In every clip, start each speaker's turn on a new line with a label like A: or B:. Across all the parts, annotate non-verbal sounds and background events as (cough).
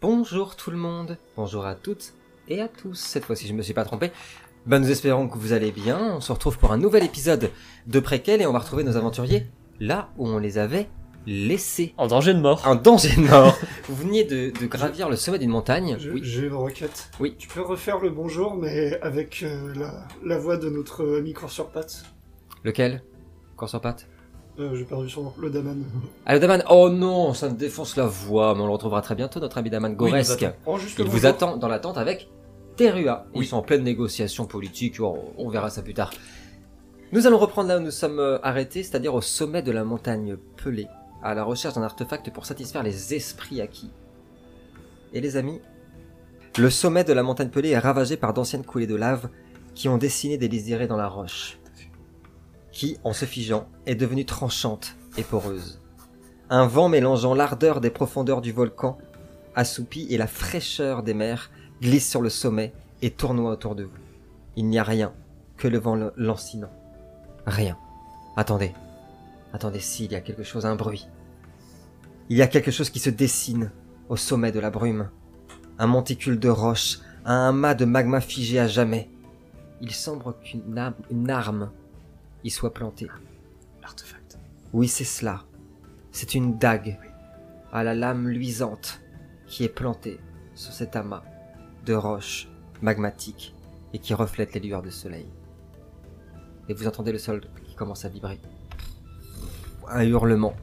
A: Bonjour tout le monde, bonjour à toutes et à tous. Cette fois-ci, je me suis pas trompé. Ben, nous espérons que vous allez bien. On se retrouve pour un nouvel épisode de Préquel et on va retrouver nos aventuriers là où on les avait laissés.
B: En danger de mort.
A: Un danger de mort. vous veniez de, de gravir le sommet d'une montagne.
C: Je-
A: Oui.
C: J'ai une requête.
A: Oui.
C: Tu peux refaire le bonjour, mais avec euh, la, la voix de notre ami cours sur pattes.
A: Lequel Quand sans pattes
C: Euh, J'ai perdu son nom, le Daman.
A: Allô Daman Oh non, ça me défonce la voix, mais on le retrouvera très bientôt, notre ami Daman
B: nous
A: Goresk.
B: attend.
C: Oh, juste
A: Il
C: le
A: vous
C: bonjour.
A: attend dans l'attente avec Terua. Ils
B: Oui.
A: sont en pleine négociation politique, on, on verra ça plus tard. Nous allons reprendre là où nous sommes euh, arrêtés, c'est-à-dire au sommet de la montagne Pelée, à la recherche d'un artefact pour satisfaire les esprits acquis. Et les amis, le sommet de la montagne Pelée est ravagé par d'anciennes coulées de lave qui ont dessiné des liserés dans la roche, qui, en se figeant, est devenue tranchante et poreuse. Un vent mélangeant l'ardeur des profondeurs du volcan assoupie et la fraîcheur des mers glisse sur le sommet et tournoie autour de vous. Il n'y a rien que le vent le- lancinant. Rien. Attendez. Attendez, s'il y a quelque chose, un bruit. Il y a quelque chose qui se dessine au sommet de la brume. Un monticule de roche, un amas de magma figé à jamais. Il semble qu'une âme- une arme y soit plantée.
B: L'artefact.
A: Oui, c'est cela. C'est une dague à la lame luisante qui est plantée sur cet amas de roches magmatiques et qui reflète les lueurs du soleil. Et vous entendez le sol qui commence à vibrer. Un hurlement.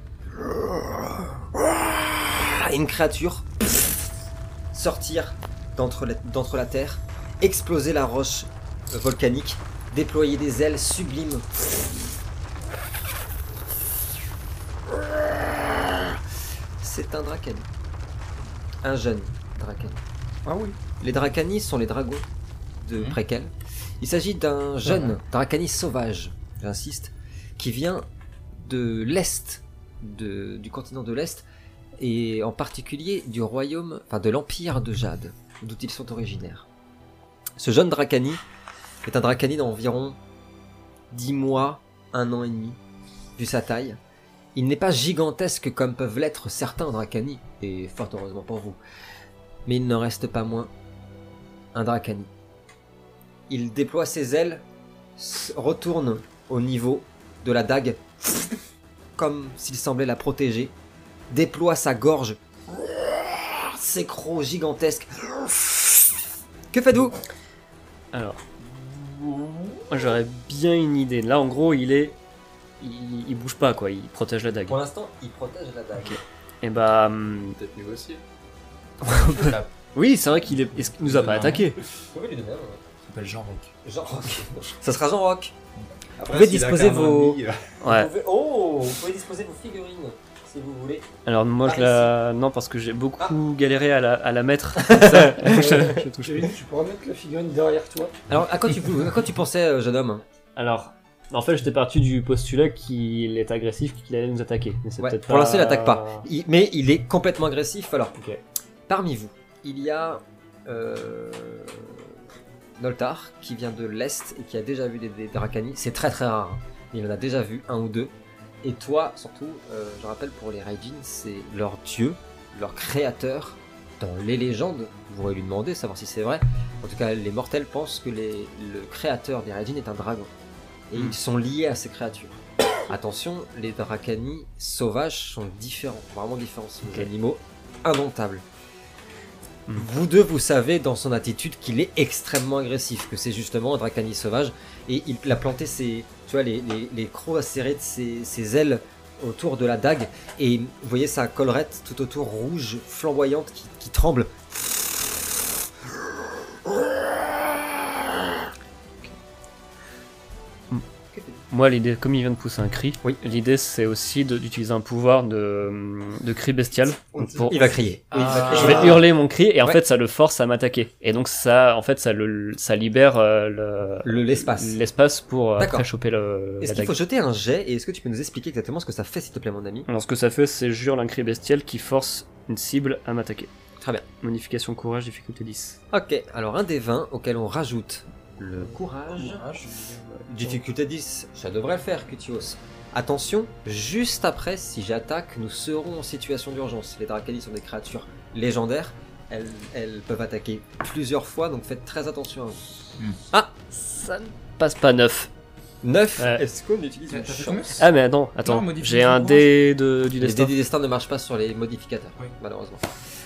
A: Et Une créature sortir d'entre la, d'entre la terre, exploser la roche volcanique, déployer des ailes sublimes C'est un draken. Un jeune draken.
C: Ah oui.
A: Les dracanis sont les dragons de
B: Mhm.
A: Préquel. Il s'agit d'un
C: Ah
A: jeune dracani sauvage, j'insiste, qui vient de l'Est, de- du continent de l'Est, et en particulier du royaume, enfin de l'Empire de Jade, d'où ils sont originaires. Ce jeune dracani est un dracani d'environ 10 mois, un an et demi, vu sa taille. Il n'est pas gigantesque comme peuvent l'être certains dracani, et fort heureusement pour vous. Mais il n'en reste pas moins un dracani. Il déploie ses ailes, s- retourne au niveau de la dague, (laughs) comme s'il semblait la protéger, déploie sa gorge, ses crocs gigantesques. Que faites-vous
B: Alors. moi, J'aurais bien une idée. Là, en gros, il est. Il, il bouge pas, quoi. Il protège la dague.
A: Pour l'instant, il protège la dague.
B: Et bah. hum,
D: Peut-être négocier.
A: (laughs)
B: Oui, c'est vrai qu'il est... est-ce qu'il nous a pas
D: Non.
B: attaqué.
D: Ça s'appelle Jean Rock.
A: Jean hein. Rock. (laughs) Ça sera Jean Rock. Vous pouvez
D: Après, s'il a
A: disposer
D: qu'un an et
A: vos-
D: demi, euh,
B: Ouais.
A: Vous pouvez- Oh, vous pouvez disposer vos figurines si vous voulez.
B: Alors, moi,
A: Par
B: je la. Non, parce que j'ai beaucoup galéré à la, à la mettre.
A: (laughs)
B: Comme ça, je la- je la touche plus.
C: Kevin, tu pourras mettre la figurine derrière toi.
A: Alors, à quoi tu, à quoi tu pensais, euh, jeune homme
B: Alors. En fait, j'étais parti du postulat qu'il est agressif, qu'il allait nous attaquer. Mais c'est
A: Ouais,
B: peut-être
A: pour l'instant, il attaque
B: pas.
A: Il- mais il est complètement agressif. Alors,
B: Ok.
A: parmi vous, il y a euh, Noltar qui vient de l'Est et qui a déjà vu des, des Dracani. C'est très très rare. hein. Il en a déjà vu un ou deux. Et toi, surtout, euh, je rappelle pour les Raijin, c'est leur dieu, leur créateur. Dans les légendes, vous pourrez lui demander, savoir si c'est vrai. En tout cas, les mortels pensent que les- le créateur des Raijin est un dragon. Et ils sont liés à ces créatures. Attention, les Dracani sauvages sont différents, vraiment différents. C'est des
B: Ok.
A: animaux indomptables.
B: Mm.
A: Vous deux, vous savez dans son attitude qu'il est extrêmement agressif, que c'est justement un Dracani sauvage. Et il il a planté ses, tu vois, les, les, les crocs acérés de ses, ses ailes autour de la dague. Et vous voyez sa collerette tout autour rouge, flamboyante, qui, qui tremble.
B: Moi, l'idée, comme il vient de pousser un cri,
A: Oui.
B: l'idée c'est aussi de- d'utiliser un pouvoir de, de cri bestial.
C: On dit-
B: Pour-
A: Il va crier.
D: Oui,
B: Je vais hurler mon cri et en
A: Ah. Ouais.
B: fait ça le force à m'attaquer. Et donc ça, en fait, ça, le, ça libère euh, le-
A: Le- l'espace.
B: l'espace pour euh,
A: D'accord.
B: après choper le,
A: Est-ce
B: la
A: qu'il
B: dague.
A: faut jeter un jet et est-ce que tu peux nous expliquer exactement ce que ça fait, s'il te plaît, mon ami
B: Alors ce que ça fait, c'est je hurle un cri bestial qui force une cible à m'attaquer.
A: Très bien.
B: Modification courage, difficulté 10.
A: Ok, alors un des 20 auquel on rajoute le courage. Difficulté 10, ça devrait le faire, Cutios. Attention, juste après, si j'attaque, nous serons en situation d'urgence. Les Dracalis sont des créatures légendaires Elles, elles peuvent attaquer plusieurs fois, donc faites très attention à vous.
B: Ça ne passe pas 9.
A: 9
B: Ouais.
A: Est-ce qu'on utilise
D: T'as
A: une
D: t'as fait
A: chance
D: combien
B: Ah, mais non, attends,
D: Non, modification
B: j'ai un
D: orange.
B: dé de, du
A: Les
B: destin.
A: dés des destins ne marchent pas sur les modificateurs,
D: Oui.
A: malheureusement.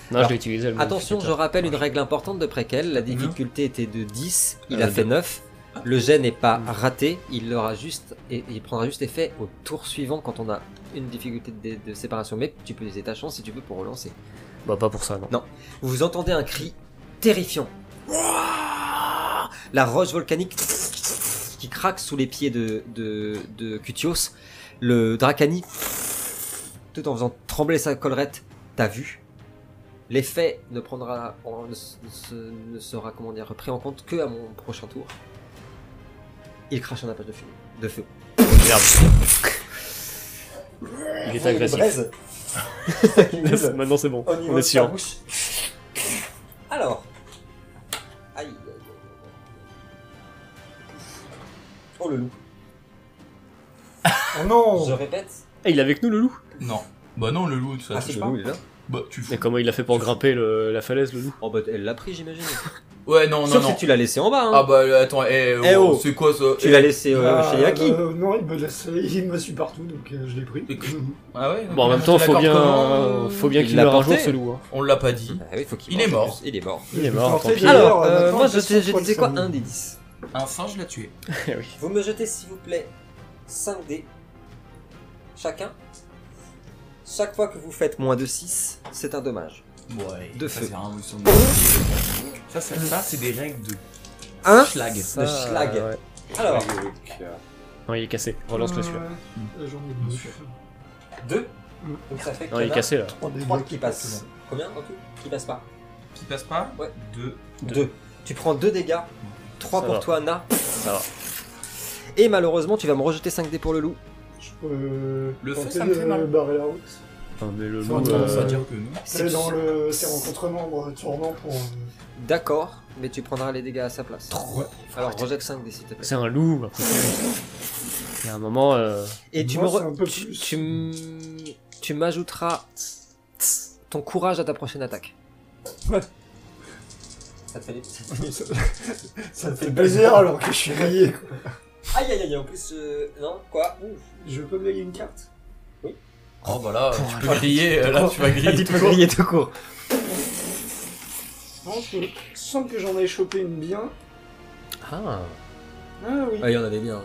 B: Non,
A: Alors,
B: je l'ai utilisé. le
A: Attention, je Mhm.
B: modificateur.
A: rappelle une règle importante de préquel. La
D: Combien
A: difficulté était de 10, il
E: Euh,
A: a fait
E: deux.
A: 9. Le jet n'est pas raté, il aura juste et il prendra juste effet au tour suivant quand on a une difficulté de, dé- de séparation. Mais tu peux utiliser ta chance si tu veux pour relancer.
B: Bah, pas pour ça,
A: (laughs)
B: non.
A: Vous entendez un cri terrifiant. Ouah La roche volcanique qui craque sous les pieds de, de, de Cutios. Le Dracani, tout en faisant trembler sa collerette, t'a vu. L'effet ne prendra, en- ne, s- ne se- ne sera comment dire, pris en compte que à mon prochain tour. Il crache un apache de feu. De feu.
B: Il est agressif. (laughs) Yes, Maintenant, c'est bon. On est sûr.
A: Alors. Aïe. aïe, aïe, aïe. Oh le loup.
C: Oh non
A: Je répète.
B: Ah, il est avec nous, le loup
D: Non. Bah non, le loup, ça.
A: Ah,
D: touche
A: si, le
D: pas.
A: loup, il est là.
D: Bah, tu le fous.
B: Mais comment il a fait pour grimper le- la falaise, le loup
A: Oh bah elle l'a pris j'imagine.
D: Ouais, non, non,
A: Sauf
D: non.
A: si tu l'as laissé en bas. hein.
D: Ah bah attends, eh,
A: Eh
D: oh,
A: oh.
D: c'est quoi ça
A: tu
D: Eh,
A: l'as laissé euh,
C: Ah,
A: chez Yaki.
C: bah, Non, il me laisse, il me suit partout, donc euh, je l'ai pris.
D: Et- Ah ouais
B: Bon, en même temps, faut bien, faut bien
A: il
B: qu'il
A: l'a
B: meure un jour,
A: porté.
B: ce loup. hein.
D: On l'a pas dit.
A: Ah oui, faut qu'il
D: Il
A: mange
D: est
A: en
D: mort.
A: plus. Il est mort.
B: Il est mort, tant
C: Tenté
B: pis.
C: d'ailleurs,
A: Alors, euh,
C: en attendant,
A: moi
C: je
A: je
C: suis
A: sais, je
C: sur le
A: sais quoi
C: samedi.
A: un des 10
D: Un singe l'a tué.
B: Eh oui.
A: Vous me jetez s'il vous plaît 5 dés chacun. Chaque fois que vous faites moins de 6, c'est un dommage.
D: Ouais.
A: De
D: ça,
A: feu.
D: c'est un- c'est un- Ça, ça, ça, c'est des règles de
A: 1
D: schlag.
A: Le schlag.
B: ouais.
A: Alors,
B: Non, il est cassé. Relance-le celui-là.
C: Euh, J'en ai deux.
A: 2 Donc ça fait
B: Non, il est
A: qu'il y en a
B: cassé là.
C: 3 des
A: 3
C: deux.
A: qui passent. Combien en tout Qui passent pas
D: Qui passe pas
A: Ouais.
D: Deux.
A: 2. Tu prends 2 dégâts. 3
B: Ça
A: pour
B: va.
A: toi, Na.
B: Ça va.
A: Et malheureusement, tu vas me rejeter 5 dés pour le loup.
C: Je peux
D: Le
C: tenter
D: feu, ça me
C: Euh, de
D: fait mal.
C: barrer la route.
B: Enfin, mais le
C: Faut
B: loup.
C: attendre,
B: euh,
D: Ça veut dire que non.
A: C'est-
C: C'est dans le... C'est rencontre membre tournant pour... euh,
A: D'accord, mais tu prendras les dégâts à sa place. Alors rejette 5 dés s'il te plaît.
B: C'est un loup. après. Il y a un moment. euh,
A: Et tu
C: Moi,
A: me re-
C: c'est un peu
A: tu,
C: plus.
A: tu m- tu m'ajouteras ton courage à ta prochaine attaque.
C: Ouais.
A: Ça te fait
C: ça, (laughs) ça me fait plaisir alors que je suis rayé. quoi.
A: Aïe aïe aïe, en plus, euh, non, quoi Ouf.
C: Je peux me gagner une carte
D: Oh bah là, tu peux griller, euh, là tu vas griller.
A: Dites-moi Ah, griller tout court.
C: Non, je sens que j'en ai chopé une bien.
B: Ah.
C: Ah oui.
A: Ah, il y en avait bien.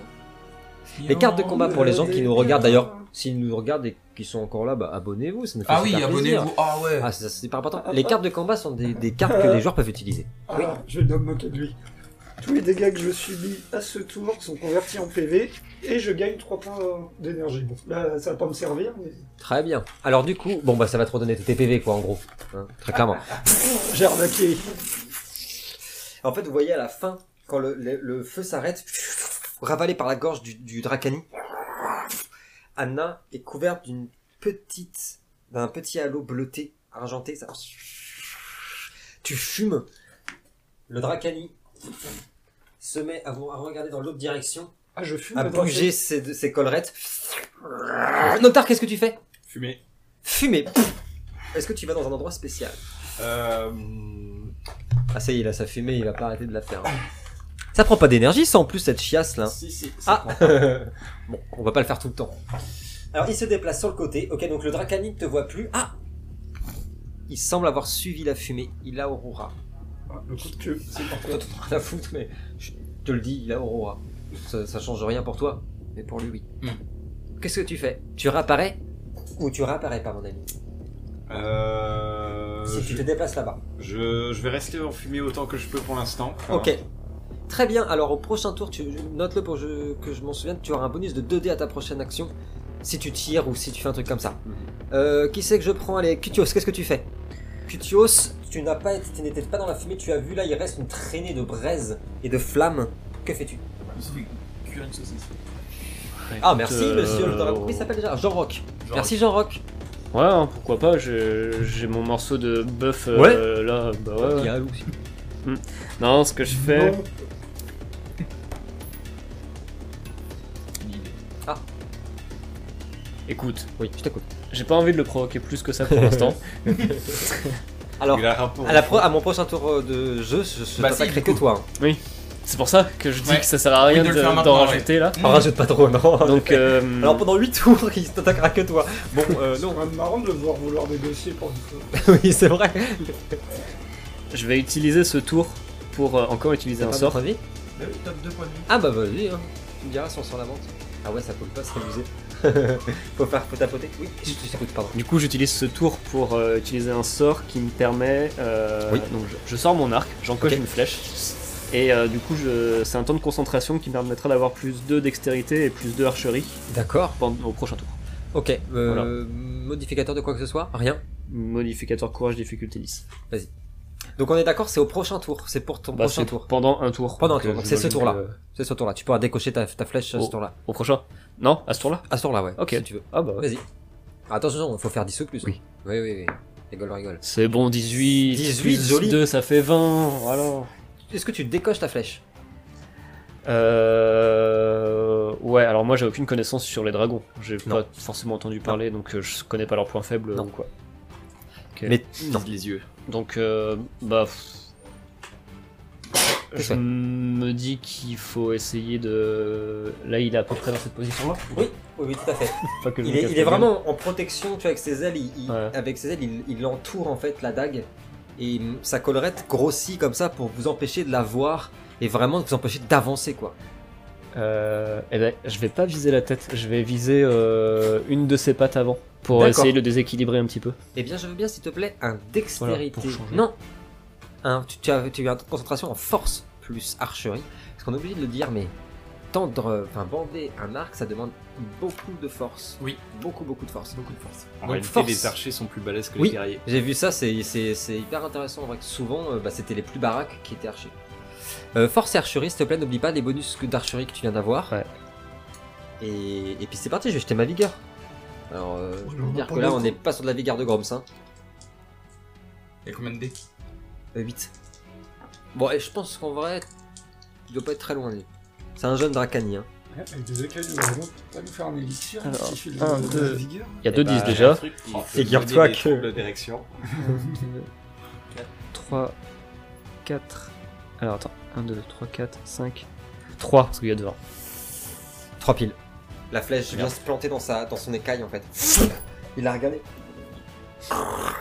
A: Les cartes de combat pour les gens qui nous regardent d'ailleurs, s'ils nous regardent et qui sont encore là, bah abonnez-vous, ça nous fait
D: Ah oui,
A: super plaisir.
D: abonnez-vous. Ah ouais.
A: Ah, ça, c'est pas important. Les cartes de combat sont des, des cartes que les joueurs peuvent utiliser.
C: Ah, je dois me moquer de lui. Tous les dégâts que je subis à ce tour sont convertis en PV et je gagne 3 points d'énergie. Bon, là, ça va pas me servir, mais
A: Très bien. Alors du coup, bon bah ça va te redonner tes TPV quoi en gros, hein, très clairement.
C: j'ai arnaqué.
A: En fait, vous voyez à la fin, quand le, le- le feu s'arrête, ravalé par la gorge du, du dracani, Anna est couverte d'une petite, d'un petit halo bleuté, argenté. ça- Tu fumes. Le dracani se met à, vous- à regarder dans l'autre direction,
C: Ah, je fume.
A: à
C: le droit de-
A: bouger ses, ses collerettes. Notar, qu'est-ce que tu fais
F: Fumé.
A: Fumer. Est-ce que tu vas dans un endroit spécial
F: Euh,
A: Ah ça y est, là, sa fumée, il va pas arrêter de la faire. hein. Ça prend pas d'énergie, ça, en plus, cette chiasse, là.
F: si, si.
A: Ah (laughs) Bon, on va pas le faire tout le temps. Alors, il se déplace sur le côté. Ok, donc le Dracani ne te voit plus. Ah Il semble avoir suivi la fumée. Il a Aurora.
C: Ah, Le coup de queue.
A: C'est pour toi, t'en as rien à foutre, mais je te le dis, il a Aurora. Ça, ça change rien pour toi, mais pour lui, oui. Qu'est-ce que tu fais Tu réapparais Ou tu réapparais pas, mon ami
F: Euh,
A: Si tu
F: je,
A: te déplaces là-bas.
F: je, je vais rester en fumée autant que je peux pour l'instant. Enfin,
A: Ok. Très bien, alors au prochain tour, tu, note-le pour je- que je m'en souvienne, tu auras un bonus de 2D à ta prochaine action, si tu tires ou si tu fais un truc comme ça. Euh, qui c'est que je prends Allez, Cutios, qu'est-ce que tu fais Cutios, tu n'as pas été- tu n'étais pas dans la fumée, tu as vu là, il reste une traînée de braise et de flammes. Que fais-tu
D: Il se fait cuire une saucisse.
A: Ah, merci
B: Euh,
A: monsieur, je t'aurais- comment il s'appelle déjà Jean Rock. Merci Jean Rock.
B: Ouais, hein, pourquoi pas, j'ai j'ai mon morceau de bœuf euh,
A: Ouais.
B: là, bah ouais, ouais.
A: Il y a un loup aussi.
B: Non, ce que je fais,
C: Non,
A: Ah,
B: écoute,
A: Oui, je t'écoute.
B: j'ai pas envie de le provoquer plus que ça pour l'instant.
A: Alors,
F: Il a un rapport
A: à, la pro- à mon prochain tour euh, de jeu, je ne
D: Bah
A: dois
D: si,
A: pas
D: du
A: créer que
D: coup.
A: toi. hein.
B: C'est pour ça que je dis
D: Ouais.
B: que ça sert à rien
D: Oui, de le
B: de-
D: faire
B: d'en
D: maintenant, ouais.
B: rajouter là.
A: On rajoute pas trop, non
B: Donc, euh,
A: Alors pendant 8 tours, (laughs) il t'attaquera que
B: (laughs)
A: toi. Bon, euh,
C: C'est
A: (laughs) non.
C: quand même marrant de le voir vouloir négocier pour une fois.
A: oui, c'est vrai.
B: je vais utiliser ce tour pour euh, encore utiliser un sort.
A: vie
D: Top 2 points de vie.
A: Ah bah vas-y, hein. tu me diras si on sort la vente. Ah ouais, ça coule pas, c'est abusé. (laughs) faut faire, faut tapoter. Oui, je je t'écoute, pardon.
B: Du coup, j'utilise ce tour pour euh, utiliser un sort qui me permet. euh,
A: Oui.
B: Donc, je, je sors mon arc, j'encoche
A: Ok.
B: une flèche. Et euh, du coup, je- c'est un temps de concentration qui me permettra d'avoir plus 2 dextérité et plus 2 archerie
A: D'accord.
B: pendant- au prochain tour.
A: Ok. euh,
B: Voilà.
A: Modificateur de quoi que ce soit Rien.
B: Modificateur courage, difficulté 10.
A: Donc on est d'accord, c'est au prochain tour. C'est pour ton
B: Bah,
A: prochain
B: c'est
A: tour.
B: Pendant un tour.
A: Pendant un
B: Donc,
A: tour,
B: euh,
A: donc c'est ce
B: j'imagine
A: tour-là.
B: que-
A: C'est ce tour-là. Tu pourras décocher ta, ta flèche à
B: Oh.
A: ce tour-là.
B: Au prochain Non, à ce tour-là
A: À ce tour-là, ouais.
B: Ok.
A: Si tu veux.
B: Ah bah ouais.
A: Vas-y. Attention, il faut faire 10 ou plus.
B: Oui.
A: Oui, oui, oui. Rigole, rigole.
B: C'est bon, 18.
A: 18,
B: plus
A: joli.
B: 2, ça fait 20. Voilà.
A: Est-ce que tu décoches ta flèche
B: Euh... Ouais, alors moi j'ai aucune connaissance sur les dragons. J'ai
A: Non.
B: pas forcément entendu parler, donc euh, je connais pas leurs points faibles
A: Non.
B: ou quoi. Ok.
A: Mais non.
F: les yeux.
B: Donc, euh, bah. pff.
A: Qu'est-ce
B: Je
A: que
B: me dis qu'il faut essayer de. Là, il est à peu près dans cette position-là.
A: Oui, oui, oui, tout à fait.
B: Pas que je
A: Il
B: me
A: est,
B: casse
A: il
B: la
A: est
B: gueule.
A: vraiment en protection, tu vois, avec ses ailes, il, il-
B: Ouais.
A: avec ses ailes, il, il entoure en fait la dague et mm, sa collerette grossit comme ça pour vous empêcher de la voir et vraiment de vous empêcher d'avancer quoi.
B: Euh, eh ben, je vais pas viser la tête. Je vais viser euh, une de ses pattes avant pour
A: D'accord.
B: essayer de le déséquilibrer un petit peu.
A: Eh bien, je veux bien, s'il te plaît, un dextérité.
B: Voilà, pour changer.
A: non, un, tu, tu as, tu as eu un taux de concentration en force plus archerie, parce qu'on est obligé de le dire, mais tendre, euh, enfin bander un arc, ça demande beaucoup de force.
D: Oui.
A: beaucoup beaucoup de force. Beaucoup de force.
F: En
A: Donc,
F: réalité,
A: force.
F: les archers sont plus balèzes que
A: Oui.
F: les guerriers.
A: J'ai vu ça, c'est- c'est c'est hyper intéressant en vrai que souvent euh, bah, c'était les plus baraques qui étaient archers. Euh, force et archerie, s'il te plaît, n'oublie pas les bonus que- d'archerie que tu viens d'avoir.
B: Ouais.
A: Et, et puis c'est parti, je vais jeter ma vigueur. Alors, euh, je peux
C: on
A: vous
C: a
A: dire
C: pas
A: que là on
C: beaucoup.
A: n'est pas sur de la vigueur de Groms, hein.
D: Et combien de dés
A: 8. Euh, Bon, et je pense qu'en vrai, il doit pas être très loin lui. C'est un jeune dracani, hein.
C: Ouais, Eh, Avec des écailles de dragon, pas nous faire un élixir
B: Alors,
C: qui file
B: un,
C: de- de
B: deux.
C: la vigueur.
B: Il y a deux
A: Eh
F: Bah,
A: ben,
B: 10 déjà.
F: un truc qui
D: Oh.
F: peut
A: Figure-toi
F: donner des
A: que-
F: troubles d'érection.
B: 3, 4. Alors attends, 1, 2, 3, 4, 5. 3, parce qu'il y a 2
A: Trois piles. La flèche vient
B: Merde.
A: se planter dans, sa, dans son écaille en fait. Il a regardé.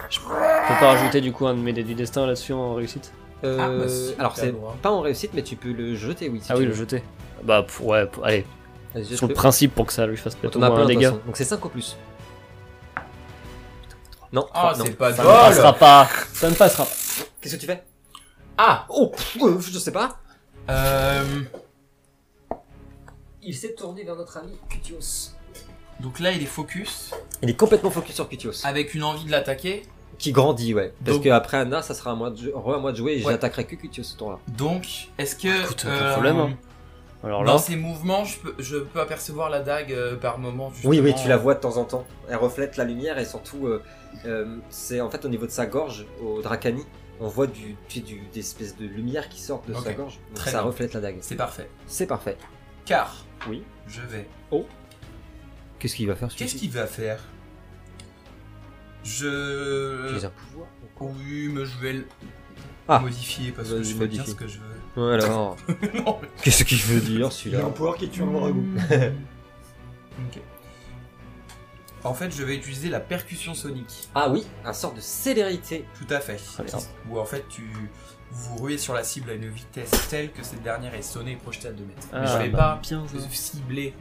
B: Je peux pas rajouter du coup un de mes dés du destin là-dessus en réussite
A: Euh,
D: Ah, bah, si,
A: alors
D: t'as
A: c'est
D: le droit.
A: pas en réussite, mais tu peux le jeter, oui. si
B: Ah
A: tu
B: oui,
A: veux.
B: le jeter. Bah pour- ouais, pour- allez,
A: Vas-y, je
B: sur le
A: peux-
B: principe pour que ça lui fasse
A: On
B: peut-être au
A: en a
B: moins
A: plein
B: un
A: de toute
B: dégât.
A: façon. Donc c'est 5 au plus. Non,
D: Ah,
A: trois, non.
D: c'est pas
B: Ça
D: drôle
B: ne passera pas Ça ne passera pas
A: Qu'est-ce que tu fais
D: Ah
A: Oh, pff, euh, je sais pas.
D: euh,
A: Il s'est tourné vers notre ami Cutios.
D: Donc là, il est focus,
A: Il est complètement focus sur Cutios.
D: avec une envie de l'attaquer.
A: Qui grandit, ouais. Parce
D: Ah. Donc-
A: qu'après Anna, ça sera à moi de, jeu- re à moi de jouer et
D: Ouais.
A: j'attaquerai que Cutios ce tour-là.
D: Donc, est-ce
A: Ah,
D: que. euh,
B: Écoute, pas de problème, hein. Alors là,
D: Dans ses mouvements, je peux, je peux apercevoir la dague euh, par moment. justement. euh,
A: Oui, oui, tu la vois de temps en temps. Elle reflète la lumière et surtout, euh, euh, c'est en fait au niveau de sa gorge, au Dracani, on voit du, tu sais, du, des espèces de lumière qui sortent de
D: Ok.
A: sa gorge. Donc
D: Très
A: ça
D: bien.
A: reflète la dague.
D: C'est parfait.
A: C'est parfait.
D: Car.
A: Oui.
D: Je vais.
A: Qu'est-ce qu'il va faire
D: Qu'est-ce qu'il va faire Je.
A: un pouvoir
D: Oui, mais je vais le
A: Ah.
D: modifier parce que
A: Vas-y,
D: je fais bien
A: modifie.
D: ce que je veux.
A: Ouais, alors. (laughs)
D: Non.
A: Qu'est-ce qu'il veut dire
C: Il y a un
A: celui-là
C: pouvoir qui tue un dragon.
D: Ok. En fait, je vais utiliser la percussion sonique.
A: Ah oui, un sort de célérité.
D: Tout à fait.
B: Très bien.
D: Où en fait, tu vous ruez sur la cible à une vitesse telle que cette dernière est sonnée et projetée à 2 mètres. Mais
B: Ah,
D: je vais
B: bah,
D: pas
B: bien, ça.
D: cibler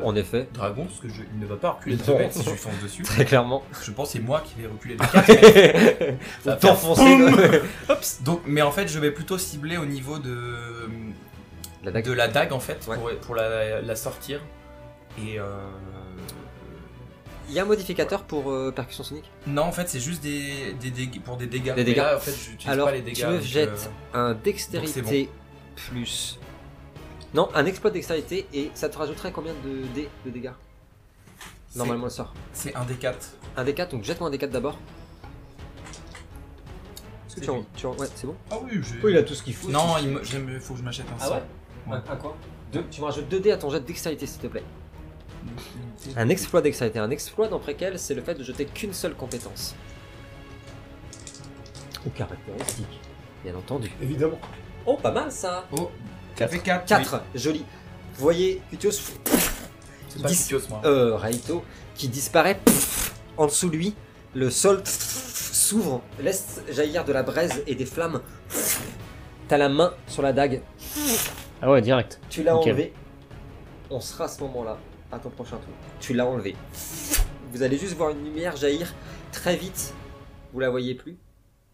A: Euh, En effet,
D: dragon parce que je il ne va pas reculer de
A: Non.
D: 2 mètres si je lui fonce dessus.
A: très clairement.
D: Je pense que c'est moi qui vais reculer de 4 mètres.
A: (laughs)
D: Ça va faire
A: T'enfoncer
D: (laughs)
A: le-
D: Donc, mais en fait, je vais plutôt cibler au niveau de,
A: La dague.
D: de la dague en fait
A: Ouais.
D: pour, pour la, la sortir. Et euh,
A: Il y a un modificateur pour euh, percussion sonique
D: non, en fait, c'est juste des, des dég- pour des dégâts.
A: Des
D: Mais là,
A: dégâts.
D: en fait, j'utilise
A: Alors,
D: pas les dégâts.
A: tu me
D: donc, euh,
A: jettes un dextérité plus. Non, un exploit de dextérité et ça te rajouterait combien de dés de dégâts
D: C'est-
A: Normalement, le sort.
D: C'est un des 4
A: Un D4, donc jette-moi un D4 d'abord. Est-ce que
D: C'est
A: tu en...
D: lui.
A: tu en- Ouais, c'est bon
D: Ah oui, j'ai-
A: Oh, il a tout ce qu'il faut.
D: Non, il me- j'aime- il faut que je m'achète un
A: Ah
D: sort.
A: Un,
D: Ouais.
A: un quoi Deux. Tu me rajoutes 2 dés à ton jet de dextérité, s'il te plaît. Un exploit dextérité. Un exploit dans Préquel, c'est le fait de jeter qu'une seule compétence. ou caractéristiques, bien entendu.
C: Évidemment.
A: Oh, pas mal ça
D: Oh, ça
F: Quatre.
D: fait 4.
A: 4, joli. Vous voyez Kutios,
D: C'est pas
A: Dix.
D: Kitios, moi.
A: euh, Raito, qui disparaît pff, en dessous de lui. Le sol pff, s'ouvre, laisse jaillir de la braise et des flammes. Pff, T'as la main sur la dague,
B: Ah ouais, direct.
A: tu l'as
B: Nickel.
A: enlevée. On sera à ce moment-là, à ton prochain tour. Tu l'as enlevée. Vous allez juste voir une lumière jaillir très vite. Vous la voyez plus.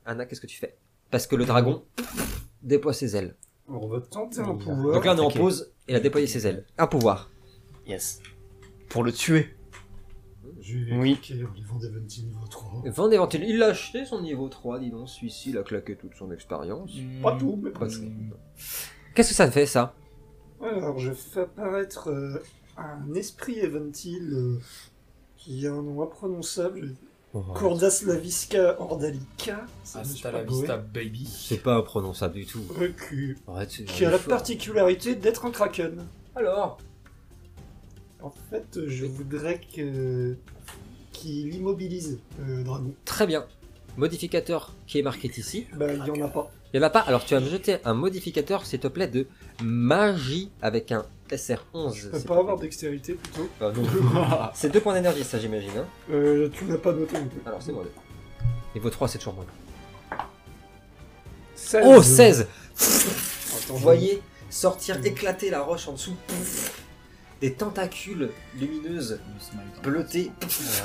A: Anna, qu'est-ce que tu fais Parce que le dragon pff, déploie ses ailes.
C: On va tenter un
B: Oui.
C: pouvoir.
A: Donc là, on est en
B: Ok.
A: pause et il a déployé ses ailes. Un pouvoir.
B: Yes. Pour le tuer.
C: Je vais
B: Oui.
C: cliquer en levant des 20 niveau 3.
A: Van Deventil, il l'a acheté son niveau 3, dis donc. Celui-ci, il a claqué toute son expérience.
D: Hmm. Mm.
C: Pas tout, mais
A: Pas
C: presque.
A: tout. Qu'est-ce que ça fait, ça
C: Alors, je fais apparaître euh, un esprit Eventil euh, qui a un nom imprononçable.
A: Oh,
C: Cordas Lavisca Ordalica. Ça me suis
D: Hasta
C: pas
D: la
C: gouré.
D: vista, baby.
A: C'est pas imprononçable du tout.
C: Euh, qui-
A: Arrête, c'est-
C: qui a la particularité d'être un kraken.
A: Alors
C: En fait, euh, je voudrais que qu'il immobilise euh, le dragon.
A: Très bien. Modificateur qui est marqué ici.
C: Bah, il y en a pas.
A: Il n'y en a pas. Alors, tu vas me jeter un modificateur, s'il te plaît, de magie avec un SR11.
C: Je peux
A: s'il te
C: Euh, pas avoir
A: plaît.
C: dextérité plutôt.
A: Ah, non. C'est deux points d'énergie, ça, j'imagine. hein.
C: Euh, tu n'as pas noté non plus.
A: Alors, c'est moi. Niveau 3, c'est toujours moins.
C: 16.
A: Oh, 16
C: Attends,
A: Vous
C: je-
A: voyez sortir, éclater la roche en dessous. Pouf. Des tentacules lumineuses,
D: Le smite.
A: bleutées.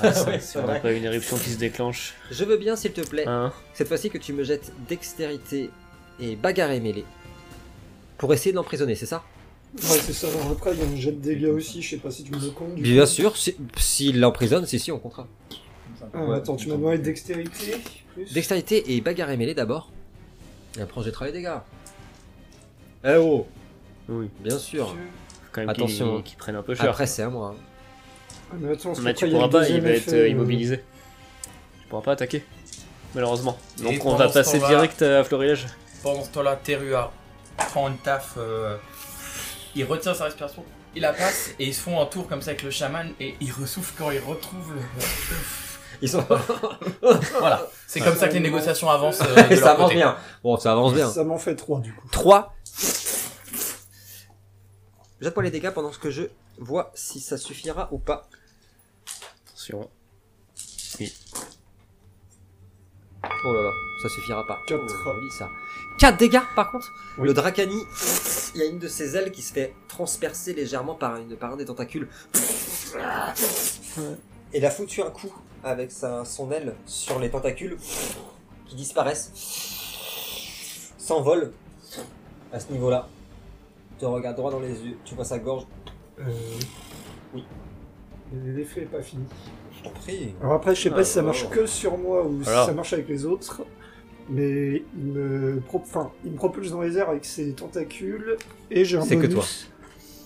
B: Ah,
A: Ouais,
B: ça, si
A: c'est
B: on n'a
A: vrai.
B: pas une éruption qui se déclenche.
A: Je veux bien, s'il te plaît,
B: Hein
A: cette fois-ci que tu me jettes dextérité et bagarre et mêlée. Pour essayer de l'emprisonner, c'est ça
C: Ouais, c'est ça. Alors après, il y a un jet de dégâts aussi. Je sais pas si tu me le comptes. du
A: Bien
C: coup.
A: sûr, s'il l'emprisonne, si, si, on comptera.
C: Ah, attends, tu m'as demandé dextérité. Plus.
A: Dextérité et bagarre et mêlée d'abord. Et après, j'ai travaillé les dégâts. Eh oh
B: Oui.
A: Bien sûr.
B: Faut quand même qu'il
A: Attention.
B: qu'il prenne un peu cher.
A: Après, c'est à moi. hein.
C: Ah, mais attends, parce
B: Mais tu
C: qu'après, il y a
B: pourras
C: le
B: pas, il
C: deuxième
B: va être
C: effet,
B: euh,
C: euh,
B: immobilisé. Tu pourras pas attaquer. Malheureusement.
D: Et
B: Donc on
D: pendant
B: va
D: ce
B: passer
D: temps-là-
B: direct euh, à Florilège.
D: Pendant ce temps-là, Terua prend une taf. euh, il retient sa respiration, il la passe et ils se font un tour comme ça avec le chaman et il ressouffle quand il retrouve
A: (laughs)
D: le.
A: Ils (laughs) sont.
D: Voilà, c'est comme ça que les négociations avancent. euh, de
A: (laughs)
D: leur
A: ça avance
D: côté.
A: bien. Bon, ça avance bien.
C: Ça m'en fait 3 du coup.
A: 3. Jette pas les dégâts pendant ce que je vois si ça suffira ou pas.
B: Attention.
A: Oh là là, ça suffira pas.
C: Quatre.
A: Oh, joli, ça. 4 dégâts par contre.
C: Oui.
A: Le Dracani, il y a une de ses ailes qui se fait transpercer légèrement par, une, par un des tentacules. Et il a foutu un coup avec sa, son aile sur les tentacules qui disparaissent. S'envolent à ce niveau-là. Tu regardes droit dans les yeux, tu vois sa gorge.
C: Euh...
A: Oui.
C: Mais L'effet est pas fini.
A: Je t'en prie.
C: Alors après, je sais
A: Ah,
C: pas si ça marche
A: wow.
C: que sur moi ou
B: bah Alors.
C: si ça marche avec les autres, mais il me, pro- enfin, il me propulse dans les airs avec ses tentacules et j'ai un
A: C'est que
C: bonus.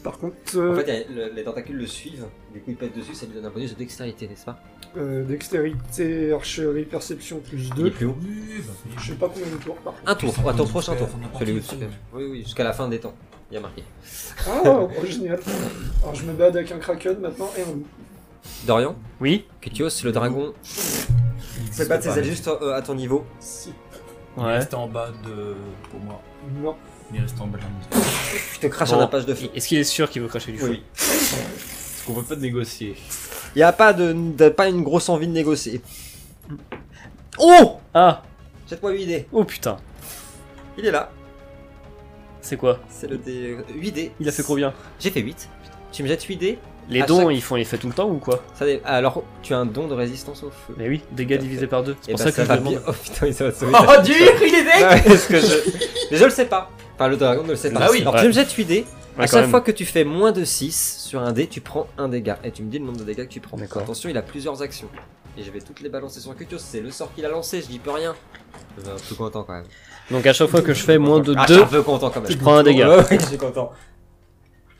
C: Par contre, euh,
A: En fait, le- les tentacules le suivent, du coup il pète dessus, ça lui donne un bonus de dextérité, n'est-ce pas
C: euh, dextérité, archerie, perception plus
A: Il est
C: 2.
A: plus haut.
D: Oui, bah, oui.
C: Je sais pas combien de tours par contre.
A: Un tour, à ton prochain
D: Jusqu'à la
A: tour.
D: fin de la
A: Celui où
D: partie,
A: tu
D: c'est
A: fais. Oui, oui, jusqu'à la fin des temps. Il y a marqué. (laughs)
C: Ah, original. Alors je me bats avec un kraken maintenant et un loup.
A: Dorian,
B: Oui
A: Kutios, le dragon,
D: Il
A: fait
D: existe
A: battre
D: pas.
A: ses ailes juste euh, à ton niveau.
C: Si.
D: Il est resté en bas de. Pour moi,
C: Non.
D: il est resté en bas de la montagne.
A: Je te crache
B: Bon.
A: un tapage de feu.
B: Est-ce qu'il est sûr qu'il veut cracher du feu
A: Oui.
F: Parce qu'on peut pas négocier.
A: Il n'y a pas, de, de- pas une grosse envie de négocier. Oh
B: Ah
A: Jette-moi 8 dés.
B: Oh putain
A: Il est là.
B: C'est quoi
A: C'est le dé. 8 dés.
B: Il a fait combien
A: J'ai fait 8. Tu me jettes 8 dés.
B: Les
A: À
B: dons,
A: chaque-
B: ils font effet tout le temps ou quoi
A: Ça dé- Alors, tu as un don de résistance au feu.
B: Mais oui, dégâts
A: Tout à
B: divisés par deux. C'est
A: Eh
B: pour
A: ben,
B: ça que je
A: va
B: demande.
A: bien. Oh putain, ça va sauver.
D: Oh, dur,
A: (laughs)
D: il est deck
A: Parce que je. Mais je le sais pas. Enfin, le dragon ne le sait pas.
D: Bah oui.
A: Alors,
B: Ouais.
A: tu me jettes 8 dés.
B: Ouais,
A: à
B: quand
A: chaque
B: même.
A: fois que tu fais moins de 6 sur un dé, tu prends un dégât. Et tu me dis le nombre de dégâts que tu prends.
B: D'accord.
A: Attention, il a plusieurs actions. Et je vais toutes les balancer sur Kutios. C'est le sort qu'il a lancé, je dis plus rien. Je suis un peu content quand même.
B: Donc à chaque fois que je fais moins de
A: Ah, je suis
B: 2,
A: un peu content quand même.
B: je prends un dégât.
A: Ouais, ouais, je suis content.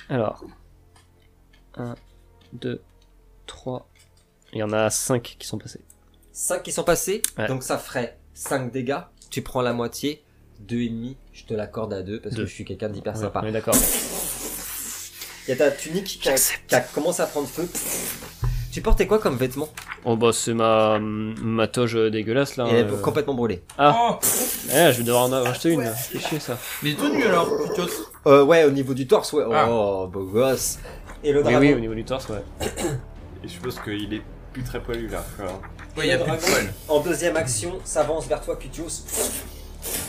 B: Alors. 1, 2, 3. Il y en a 5 qui sont passés.
A: 5 qui sont passés,
B: Ouais.
A: donc ça ferait 5 dégâts. Tu prends la moitié, 2,5. Je te l'accorde à 2 parce
B: Deux.
A: que je suis quelqu'un d'hyper
B: Ouais,
A: sympa.
B: On est d'accord.
A: Il y a ta tunique qui, a- qui a- commence à prendre feu. Tu portais quoi comme vêtement
B: Oh bah c'est ma, ma toge dégueulasse là.
A: Il est
B: euh.
A: complètement brûlé.
D: Oh
B: Eh, je vais devoir en acheter une. là. C'est chier ça.
D: Mais tout nu alors, Tios.
A: Euh, ouais, au niveau du torse, ouais.
D: Ah.
A: Oh, beau gosse. Et le
B: Mais
A: dragon
B: oui, au niveau du torse, ouais.
F: Et je suppose qu'il est plus très poilu là. Voilà.
D: Ouais, y a plus de poils.
A: En deuxième action, s'avance vers toi, Cutios.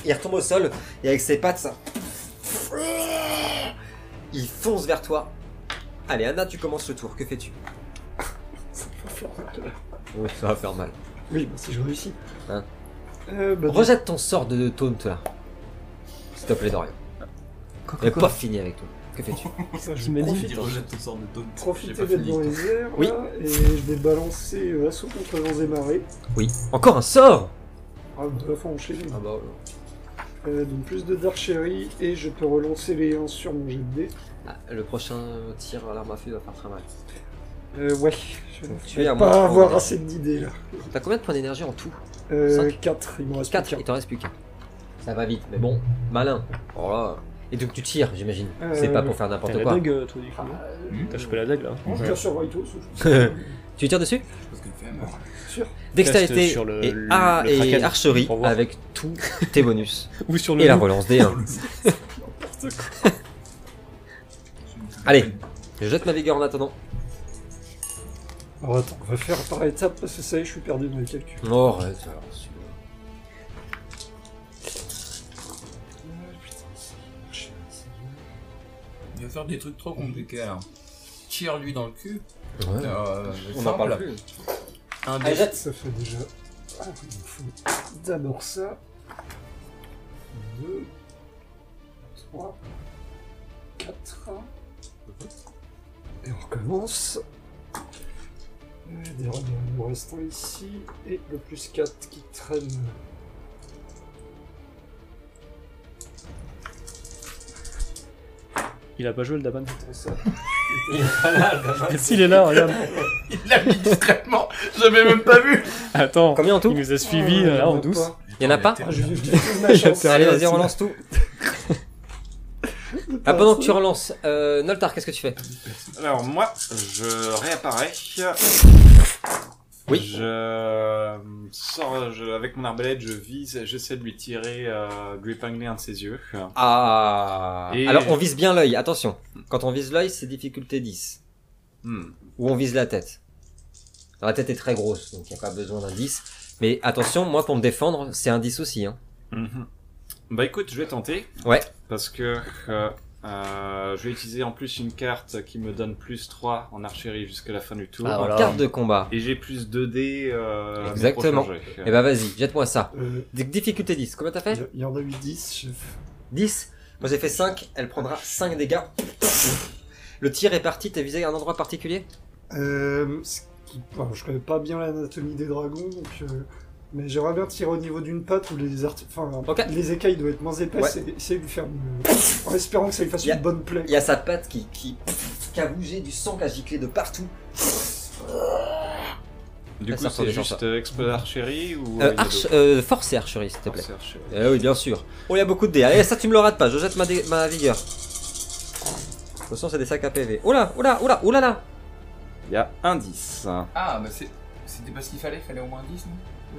A: Il retombe au sol et avec ses pattes, ça- il fonce vers toi. Allez, Anna, tu commences le tour. Que fais-tu Oui, ça va faire mal.
C: Oui, bah si je réussis.
A: Hein.
C: Euh, bah,
A: Rejette ton sort de taunt là. S'il te plaît, Dorian. On n'est pas fini avec toi. Que fais-tu
C: ça, je
B: Tu m'as dit-
C: profite-
F: Il rejette ton sort de taunt.
C: Profiter d'être dans les airs,
A: Oui.
C: là, et je vais balancer euh, assaut contre vents et marées.
A: Oui. Encore un sort
C: Ah, de la fin enchaînée.
A: Ah bah.
C: Euh, donc plus de d'archerie, et je peux relancer les 1 sur mon jet de dés.
A: euh, Le prochain tir à l'arme à feu va faire très mal.
C: Euh, ouais, je
A: Donc, tu
C: vais
A: es à
C: pas
A: moins trois,
C: avoir
A: ouais.
C: assez d'idées là.
A: T'as combien de points d'énergie en tout
C: Euh,
A: Cinq.
C: 4, il me reste
A: 4,
C: 4.
A: il t'en reste plus qu'un. Ça va vite, mais bon, malin. Oh là. Et donc tu tires, j'imagine. C'est pas pour faire
B: Euh, T'as
A: n'importe
B: la
A: quoi.
B: dague, euh, toi, du coup.
A: Ah.
B: non T'as chopé la dague là.
C: Je tire sur Raitos,
A: (laughs) tu tires dessus
C: sûr.
A: Dextérité
B: Teste sur le-
A: et,
B: le-
A: ah,
B: le
A: et
B: kraken,
A: archerie
B: pour voir.
A: avec tous tes
B: (laughs)
A: bonus.
B: Ou sur
A: et la relance
B: (laughs)
A: des 1. Allez, je jette ma vigueur en attendant.
C: Alors attends, on va faire par étapes, parce que ça y est, je suis perdu dans les calculs.
A: Oh, arrête, alors, celui-là.
D: Il va faire des trucs trop compliqués alors. Tire-lui dans le cul.
A: Ouais.
D: Euh,
A: On n'en
D: semble.
A: parle plus.
D: Un
A: Allez,
D: des...
A: jette.
C: Ça fait déjà... Ah, il me faut d'abord ça. 2, 3, 4. Et on recommence. Euh, Des radios nous restons ici. Et le plus 4 qui traîne.
B: Il a pas joué le Daban. (laughs)
C: Attends, ça.
B: S'il est là, regarde.
D: Il l'a mis (laughs) discrètement. J'avais même pas vu.
B: Attends,
A: Combien en tout
B: il nous a suivis
C: Ah,
B: euh, là en
C: même
B: douce.
C: pas.
A: Il y en a pas
C: Ah, je vais je vais trouver
B: (laughs)
C: ma chance.
A: Allez, vas-y, relance tout. Ah, pendant que tu relances, euh, Noltar, qu'est-ce que tu fais
F: Alors moi, je réapparais.
A: Oui.
F: Je euh, sors je- avec mon arbalète, je vise, j'essaie de lui tirer, euh, de lui épingler un de ses yeux.
A: Ah
F: Et-
A: Alors, on vise bien l'œil, attention. Quand on vise l'œil, c'est difficulté 10.
F: Hmm.
A: Ou on vise la tête. Alors, la tête est très grosse, donc il n'y a pas besoin d'un 10. Mais attention, moi, pour me défendre, c'est un 10 aussi. Hein.
F: Mhm. Bah écoute, je vais tenter.
A: Ouais.
F: Parce que euh, euh, je vais utiliser en plus une carte qui me donne plus 3 en archerie jusqu'à la fin du tour.
B: Ah, voilà.
A: Carte de combat.
F: Et j'ai plus 2D. Euh, à mes
A: Exactement.
F: prochains euh, jets.
A: Et bah, vas-y, jette-moi ça.
C: Euh,
A: D- Difficulté 10, combien t'as
C: Il y
A: fait
C: a- il y en a eu 10, chef.
A: 10 Moi, j'ai fait 5, elle prendra 5 dégâts. Le tir est parti, t'es visé à un endroit particulier
C: Euh, ce qui- enfin, je connais pas bien l'anatomie des dragons, donc. euh, Mais j'aimerais bien tirer au niveau d'une patte où les arti- enfin,
A: Ok.
C: les écailles doivent être moins épaisses et essayer de lui faire une... en espérant que ça lui fasse
A: Y'a-
C: une bonne plaie.
A: Il y a sa patte qui, qui, qui a bougé, du sang qui a giclé de partout.
F: Du
A: Ah,
F: coup,
A: ça ressemble
F: c'est
A: déjà à
F: juste euh, exploit d'archerie ou.
A: Euh,
F: il y a
A: arche,
F: d'autres
A: euh, force et archerie, s'il te plaît.
F: Force et archerie.
A: Eh oui, bien sûr. Oh, il y a beaucoup de dés. Allez, ça, tu me le rates pas. Je jette ma, dé- ma vigueur. Attention, c'est des sacs à PV. Oh là, oh là, oh là, oh là là.
F: Il y a un 10.
D: Ah, bah c'est... c'était pas ce qu'il fallait. Fallait au moins 10, non
A: Hmm.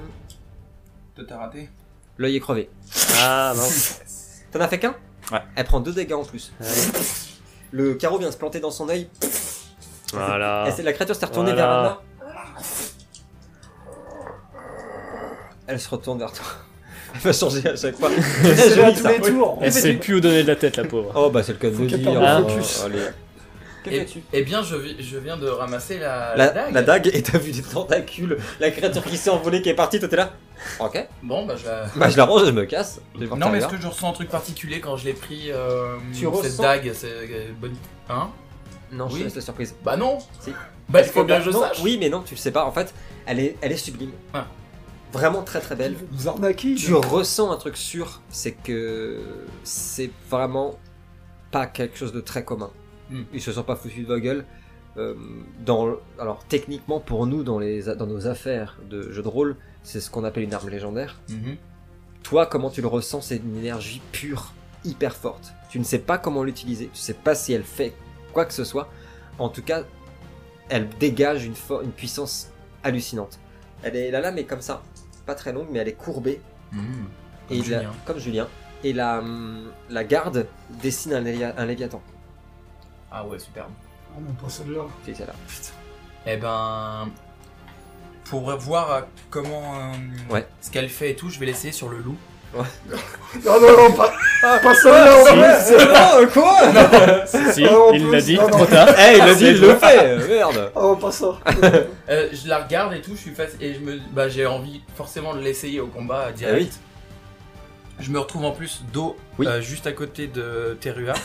D: Toi, t'as raté.
A: L'œil est crevé.
B: Ah mince.
A: T'en as fait qu'un
F: Ouais.
A: Elle prend deux dégâts en plus.
B: Ouais.
A: Le carreau vient se planter dans son œil.
B: Voilà.
A: Et c'est- la créature s'est retournée
B: Ah. Voilà.
A: vers Anna. Elle se retourne vers toi. (laughs) Elle va changer à chaque fois.
C: (laughs) C'est
A: Très
C: à
A: joli,
C: tous
A: ça.
C: les tours
B: Elle sait plus où donner de la tête, la pauvre.
A: Oh bah c'est le cas de
C: Faut
A: le
C: qu'elle
A: dire.
C: perde
A: Oh,
C: le focus.
A: allez. Que
D: Et-
A: fais-tu
D: Eh bien, je, vi- je viens de ramasser
A: la,
D: la, la dague.
A: la dague et t'as vu des tentacules, la créature qui s'est envolée, qui est partie, toi t'es là. Ok,
D: Bon, bah, je la-
A: bah je la range et je me casse. Je vais voir
D: Non,
A: ta
D: mais est-ce
A: mère.
D: que je ressens un truc particulier quand je l'ai pris euh,
A: Tu
D: cette
A: ressens-
D: dague C'est bonne. Hein
A: Non, je
D: Oui.
A: te laisse la surprise.
D: Bah non
A: Si.
D: Bah, il
A: Parce
D: faut
A: que-
D: bien que je
A: non,
D: sache.
A: Oui, mais non, tu le sais pas. En fait, elle est, elle est sublime.
D: Ah.
A: Vraiment très très
C: Elle
A: belle.
C: veut nous arnaquer
A: Tu ressens un truc sûr, c'est que c'est vraiment pas quelque chose de très commun.
D: Hmm.
A: Ils se sont pas foutus de la gueule. Euh, dans, le- alors techniquement pour nous dans, les, dans nos affaires de jeux de rôle, c'est ce qu'on appelle une arme légendaire.
D: Mhm.
A: Toi, comment tu le ressens C'est une énergie pure, hyper forte. Tu ne sais pas comment l'utiliser, tu sais pas si elle fait quoi que ce soit. En tout cas, elle dégage une, fo- une puissance hallucinante. Elle est, la lame est comme ça, pas très longue, mais elle est courbée,
D: Mhm.
A: et
D: Comme
A: la-
D: Julien.
A: comme Julien. Et la, hum, la garde dessine un, lévi- un léviathan.
D: Ah ouais, superbe.
C: Ah non,
A: (laughs)
C: pas celle-là.
A: C'est celle-là.
D: Eh ben. Pour voir euh, comment. euh,
A: Ouais.
D: Ce qu'elle fait et tout, je vais l'essayer sur le loup.
A: Ah
C: Non, non, non, pas, Ah, pas celle-là, on va
B: Si,
A: Non, quoi
B: si,
C: Ah,
A: Oh,
C: en
B: il
C: plus,
B: l'a dit,
C: non, non.
A: (laughs)
B: trop tard.
A: Eh, il a dit,
B: C'est
A: il le fait euh, Merde
C: Ah, pas ça.
D: Euh, je la regarde et tout, je suis face. Et je me. Bah, j'ai envie forcément de l'essayer au combat euh, direct.
A: oui.
D: Je me retrouve en plus dos
A: Ah Oui.
D: euh, juste à côté de Terua.
A: (laughs)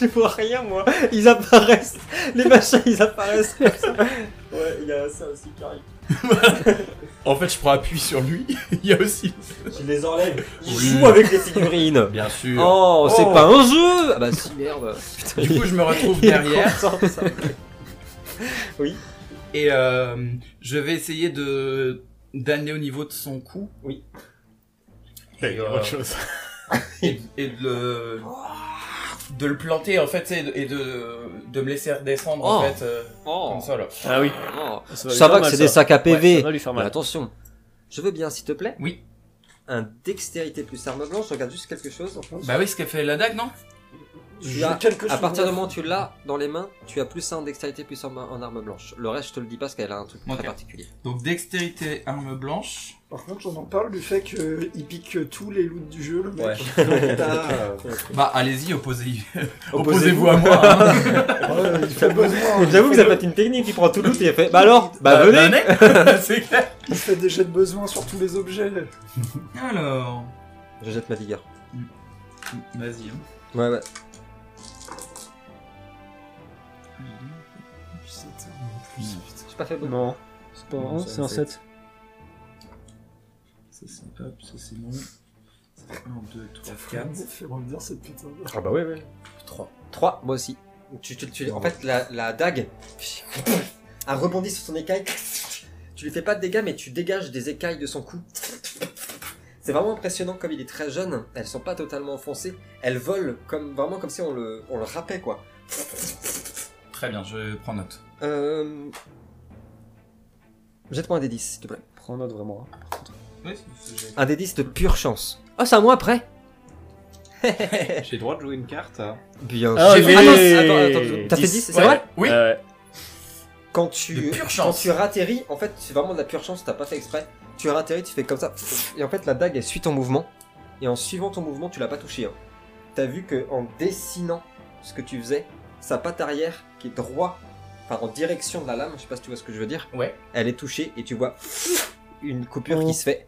A: Je vois rien, moi Ils apparaissent Les machins, ils (laughs) apparaissent comme ça Ouais, il y a ça aussi qui arrive.
D: en fait, je prends appui sur lui. (laughs) Il y a aussi.
C: Je les enlève.
A: Ils
D: Oui.
A: jouent avec les figurines
D: Bien sûr.
A: Oh, c'est
C: Oh.
A: pas un jeu Ah bah si, merde Putain,
D: Du
A: il-
D: coup, je me retrouve
A: (laughs) il est
D: derrière
A: content,
D: (laughs)
A: ça.
D: et euh, je vais essayer de d'amener au niveau de son cou
F: Il y a
D: euh,
F: autre chose.
D: (laughs) et, et de le de le planter en fait tu sais, et de de me laisser redescendre en
A: Oh.
D: fait euh,
A: Oh,
D: comme ça là.
B: Ah oui,
A: oh.
B: lui
A: Ça
B: faire
A: va que
B: mal,
A: c'est des sacs à
B: Ouais,
A: PV
B: ça va lui faire
A: Mais
B: mal.
A: attention Je veux bien, s'il te plaît
D: Oui.
A: Un dextérité plus arme blanche, je regarde juste quelque chose.
D: Bah oui, ce qu'a fait la dague non
A: Tu as-
C: quelque
A: bah,
C: hein.
A: À partir du moment où tu l'as dans les mains, tu as plus un en dextérité, plus un en arme blanche. Le reste, je te le dis pas parce qu'elle a un truc
D: Ok.
A: très particulier.
D: Donc dextérité arme blanche.
C: Par contre, on en parle du fait qu'il pique tous les loots du jeu, le mec.
D: Ouais.
C: T'as-
D: Bah
A: (laughs)
D: allez-y opposez opposez-vous à moi. hein. (laughs)
C: Ouais, il fait besoin. hein.
A: J'avoue que ça peut être une technique, il prend tout le loot et il (laughs) fait Bah alors Bah
D: Bah,
A: venez (laughs)
D: venez. C'est clair.
C: Il fait des jets de besoin sur tous les objets.
D: Alors
A: Je jette ma vigueur.
D: vas-y. hein.
A: Ouais, ouais.
D: Hmm.
A: J'ai pas fait bon.
B: Non, c'est pas
D: Non,
B: un,
D: c'est
B: c'est
D: un
B: un 7.
D: Ça c'est hop, ça c'est bon. 1 2 3 4
C: fait revenir cette putain de...
A: Ah bah ouais, ouais.
D: 3.
A: 3, moi aussi. Tu, tu- tu- en fait, la, la dague a rebondi sur son écaille. Tu lui fais pas de dégâts, mais tu dégages des écailles de son cou. C'est vraiment impressionnant comme il est très jeune. Elles sont pas totalement enfoncées. Elles volent comme vraiment comme si on le, on le râpait quoi.
D: Très bien, je prends note.
A: Euh... Jette-moi un D10 s'il te plaît.
B: Prends note vraiment. hein.
D: Oui, c'est ce que j'ai.
A: Un D10 de pure chance. Ah, c'est à moi après
F: J'ai le droit de jouer une carte. hein.
A: Bien
B: Ah,
A: sûr.
B: oui.
A: Attends, attends, attends, T'as fait
B: 10,
A: 10, c'est
D: Ouais.
A: vrai
D: Oui.
B: Ah ouais.
A: quand
D: De
A: tu,
D: pure
A: quand
D: chance.
A: tu ratterris, en fait, c'est vraiment de la pure chance, t'as pas fait exprès. Tu ratterris, tu fais comme ça, et en fait, la dague, elle suit ton mouvement. Et en suivant ton mouvement, tu l'as pas touché. Hein. T'as vu que en dessinant ce que tu faisais, sa patte arrière, qui est droit, enfin en direction de la lame, je sais pas si tu vois ce que je veux dire,
D: Ouais.
A: elle est touchée, et tu vois une coupure
B: Oh.
A: qui se fait.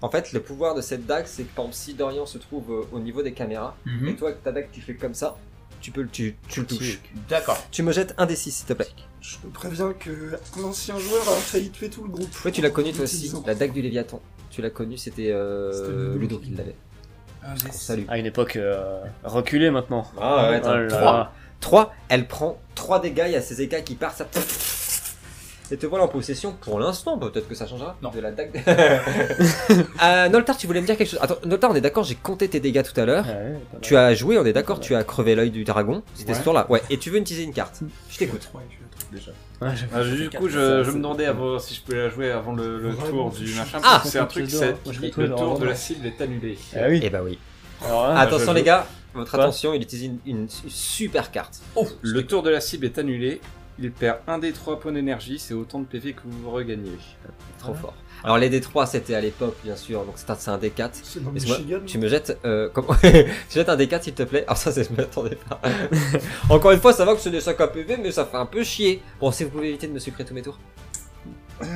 A: En fait, le pouvoir de cette dague, c'est que par exemple, si Dorian se trouve euh, au niveau des caméras, et
D: Mhm.
A: toi, avec ta dague, tu fais comme ça, tu peux le- tu, tu le touches.
D: D'accord.
A: Tu me jettes un des six, s'il te plaît.
C: Je te préviens qu'un ancien joueur a failli tuer tout le groupe.
A: Ouais, tu l'as connu toi aussi, Bah,
C: Utilisant.
A: la dague du Léviathan. Tu l'as connu, c'était
C: C'était
A: euh, Ludo
C: Ludo.
A: qui l'avait.
D: Un des-
A: Salut.
B: À une époque euh, reculée maintenant.
A: Ah
B: Oh là
A: trois.
B: là.
A: Trois, elle prend trois dégâts, il y a ses écailles qui partent, ça. Et te voilà en possession pour l'instant, Bah, peut-être que ça changera.
D: Non.
A: De la dague. (laughs) euh, Noltar, tu voulais me dire quelque chose. Attends, Noltar, on est d'accord, j'ai compté tes dégâts tout à l'heure.
B: Ouais, pas mal.
A: Tu as joué, on est d'accord, tu as crevé l'œil du dragon. C'était ce
D: Ouais.
A: tour-là. Ouais, et tu veux utiliser une carte. Je t'écoute.
D: Ouais, je le trouve déjà.
B: Ouais, j'ai-
F: Ah, du coup, je, je me demandais avant si je pouvais la jouer avant le, le
C: Vraiment,
F: tour
C: je
F: du
C: suis
F: machin.
A: Ah
F: parce que c'est un
B: Moi,
F: truc, c'est
B: je
F: qui-
B: l'ai trouvé
F: le
B: dans
F: tour de
B: Rwanda.
F: la cible est annulé.
B: Ah oui.
A: Eh bah oui.
B: Alors hein. là,
A: Attention
F: je-
A: les gars, votre
B: Quoi
A: attention, il utilise une, une super carte.
D: Oh,
F: Le tour de la cible est annulé. Il perd un des trois points d'énergie, c'est autant de PV que vous regagnez.
A: Trop fort. Alors les D3 c'était à l'époque bien sûr, donc c'est un- c'est un D4.
C: C'est dans
A: Laisse-moi-
C: Michigan.
A: Tu me jettes, euh, comment- (laughs) tu jettes un D4 s'il te plaît. Alors ça, c'est- je m'attendais pas. Encore une fois, ça va que c'est des 5 APV, mais ça fait un peu chier. Bon, si vous pouvez éviter de me sucrer tous mes tours.
C: Euh,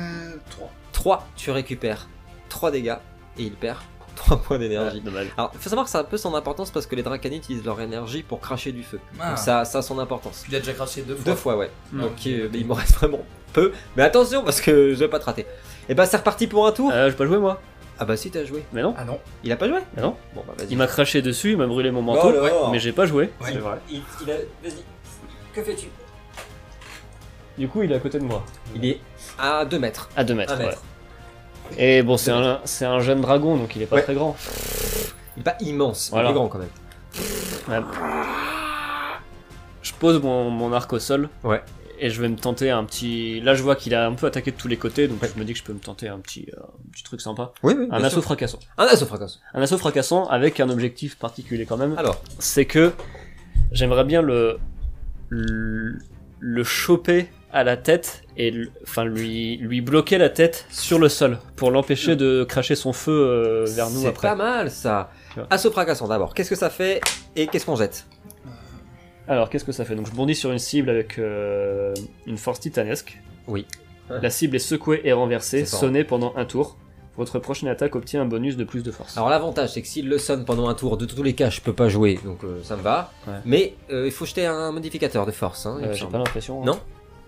C: trois.
A: 3, tu récupères 3 dégâts et il perd 3 points d'énergie.
B: Dommage.
A: Alors, il faut savoir que ça a un peu son importance parce que les dracanites utilisent leur énergie pour cracher du feu.
D: Ah.
A: Donc ça, ça a son importance.
D: Tu l'as déjà craché deux fois.
A: Deux fois, ouais.
D: Non.
A: Donc euh, mais il m'en reste vraiment peu. Mais attention parce que je vais pas te rater. Et bah, c'est reparti pour un tour.
B: Euh, j'ai pas joué moi.
A: Ah bah si, t'as joué.
B: Mais non.
D: Ah non.
A: Il a pas joué
B: Ah non.
A: Bon, bah vas-y.
B: Il m'a craché dessus, il m'a brûlé mon
A: Oh
B: manteau.
A: là là.
B: mais j'ai pas joué.
D: Ouais.
F: C'est vrai.
A: Il- il a- Vas-y. Que fais-tu
B: Du coup, il est à côté de moi.
A: Il est à 2 mètres.
B: À 2 mètres.
A: 1
B: ouais.
A: mètre.
B: Et bon, c'est un, c'est un jeune dragon, donc il est pas
A: Ouais.
B: très grand.
A: Il est pas immense, mais
B: Voilà.
A: il est grand quand même.
B: Ouais.
F: Je
B: pose mon, mon arc au sol.
A: Ouais.
B: Et je vais me tenter un petit. Là, je vois qu'il a un peu attaqué de tous les côtés, donc
A: Ouais.
B: je me dis que je peux me tenter un petit, euh, un petit truc sympa.
A: Oui, oui.
B: Un
A: bien
B: assaut
A: sûr.
B: fracassant.
A: Un assaut fracasse.
B: Un assaut fracassant avec un objectif particulier quand même.
A: Alors,
B: c'est que j'aimerais bien le, le le choper à la tête et l- enfin lui lui bloquer la tête sur le sol pour l'empêcher de cracher son feu euh, vers nous
A: c'est
B: après.
A: pas mal ça.
B: Tu vois.
A: Assaut fracassant d'abord. Qu'est-ce que ça fait et qu'est-ce qu'on jette
B: Alors qu'est-ce que ça fait Donc je bondis sur une cible avec euh, une force titanesque.
A: Oui.
B: La cible est secouée et renversée,
A: C'est fort.
B: sonnée pendant un tour. Votre prochaine attaque obtient un bonus de plus de force.
A: Alors l'avantage c'est que s'il le sonne pendant un tour, de tous les cas je peux pas jouer, donc euh, ça me va.
B: Ouais.
A: Mais euh, il faut jeter un modificateur de force, hein, il
B: Euh,
A: me
B: J'ai
A: semble.
B: pas l'impression.
A: Non.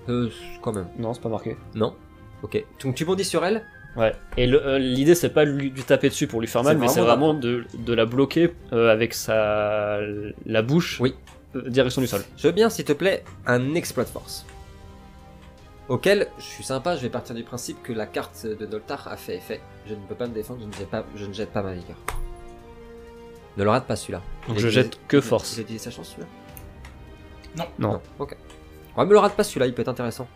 A: Euh, quand même.
B: Non, c'est pas marqué.
A: Non Ok. Donc tu bondis sur elle
B: Ouais, et le- euh, l'idée c'est pas de lui, de lui taper dessus pour lui faire mal,
A: C'est
B: mais c'est
A: vraiment
B: vraiment de, de la bloquer euh, avec sa la bouche
A: Oui.
B: euh, direction du sol.
A: Je veux bien, s'il te plaît, un exploit de force. Auquel, je suis sympa, je vais partir du principe que la carte de Noltar a fait effet. Je ne peux pas me défendre, je ne jette pas, je ne jette pas ma vigueur. Ne le rate pas celui-là.
B: Donc
A: Il
B: je
A: a-
B: jette que
A: il a-
B: force.
A: Il a utilisé sa chance celui-là
D: Non.
B: Non.
A: Ok. Ouais, mais le rate pas celui-là, il peut être intéressant.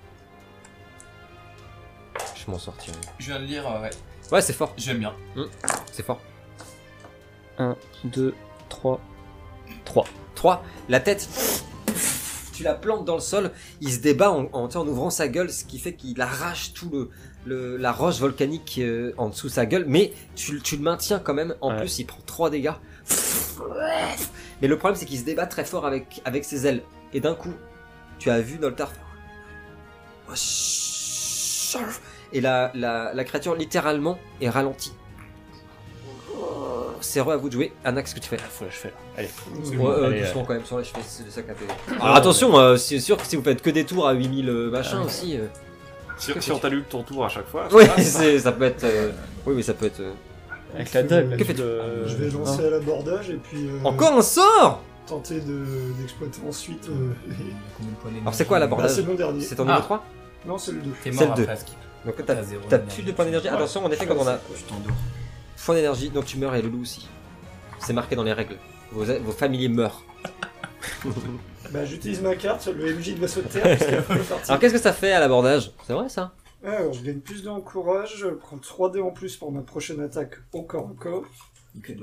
A: Je m'en sortirai.
D: Je viens de lire, euh, ouais,
A: Ouais, c'est fort,
D: j'aime bien.
A: c'est fort.
B: 2, 3, 3.
A: 3. La tête, tu la plantes dans le sol, il se débat en, en, tu sais, en ouvrant sa gueule, ce qui fait qu'il arrache tout le, le- la roche volcanique euh, en dessous de sa gueule, mais tu, tu le maintiens quand même. En
B: Ouais.
A: plus, il prend 3 dégâts. Mais le problème, c'est qu'il se débat très fort avec, avec ses ailes. Et d'un coup, tu as vu Noltar faire- Et la, la, la créature littéralement est ralentie. C'est heureux à vous de jouer. Anax, ce que tu fais
B: La fois Ah, je fais là. Allez.
A: Ouais, euh,
B: Allez,
A: doucement quand même sur les cheveux, c'est ça qu'a fait.
B: Ah,
A: Alors attention, euh, c'est sûr que si vous faites que des tours à 8000 euh, machin
B: Ah, oui.
A: aussi. euh,
F: Si, si on t'allume ton tour à chaque fois.
A: Ouais, (laughs) c'est- ça peut être. euh, Oui, mais ça peut être. euh,
B: Avec la dague.
A: Que fais-tu
B: euh,
C: Je vais lancer à l'abordage et puis euh,
A: Encore un sort
C: tenter de- d'exploiter ensuite.
A: (laughs)
C: euh,
A: Alors c'est quoi
C: Ah,
A: l'abordage
C: c'est mon dernier.
A: C'est ton
D: Ah.
A: niveau 3
C: Non, c'est le 2.
D: T'es
A: C'est le
D: mort
A: deux.
D: après, Skip.
A: Donc
D: T'as
A: t'as
D: zéro
A: t'as
D: énergie.
A: plus de points d'énergie.
D: Ouais.
A: Attention, en effet, quand on a
D: Je t'endors.
A: point d'énergie, donc tu meurs et Loulou aussi. C'est marqué dans les règles. Vos, vos familiers meurent.
C: Bah, j'utilise ma carte, le MJ de sauter parce
A: (laughs)
C: qu'elle fait partie.
A: Alors qu'est-ce que ça fait à l'abordage C'est vrai ça
C: Alors, je Euh, gagne plus d'encourage, je prends 3D en plus pour ma prochaine attaque au corps à corps.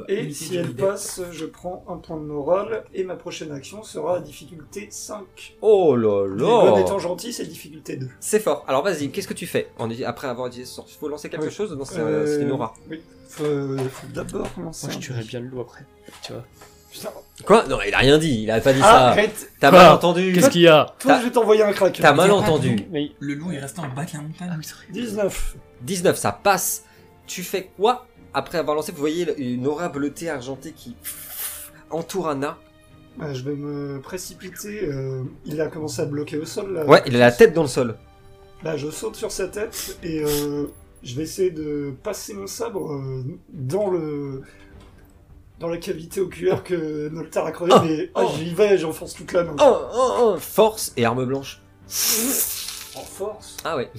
C: Et si elle passe, je prends un point de morale et ma prochaine action sera à difficulté 5.
A: Oh là
C: Les bonnes étant
A: là
C: gentil, c'est difficulté 2.
A: C'est fort. Alors vas-y, qu'est-ce que tu fais en- Après avoir utilisé ce sort, faut lancer quelque
C: Oui.
A: chose dans cette
C: Euh,
A: une aura.
C: Oui. Faut, faut d'abord
B: ah.
C: commencer.
B: Moi je
C: un-
B: tuerais bien le loup après. Tu vois.
C: Putain.
A: Quoi Non, il a rien dit, il a pas dit ça.
C: Arrête
A: T'as
B: Quoi
A: mal entendu.
B: Qu'est-ce qu'il y a
C: Toi,
A: T'as-
C: je vais t'envoyer un crack.
A: T'as mal entendu.
B: Mais.
D: Le loup est resté en bas de la montagne.
C: 19.
A: 19, ça passe. Tu fais quoi après avoir lancé Vous voyez le- une aura bleutée argentée qui entoure Anna.
C: Bah, je vais me précipiter. euh, il a commencé à bloquer au sol là.
A: Ouais, il a la tête dans le sol.
C: Bah, je saute sur sa tête et euh, je vais essayer de passer mon sabre euh, dans le dans la cavité oculaire que Noltar a crevé.
A: Oh.
C: mais
A: Oh.
C: oh, j'y vais, j'enfonce toute la main.
A: Oh, oh, oh, force et arme blanche.
C: En force.
A: Ah ouais.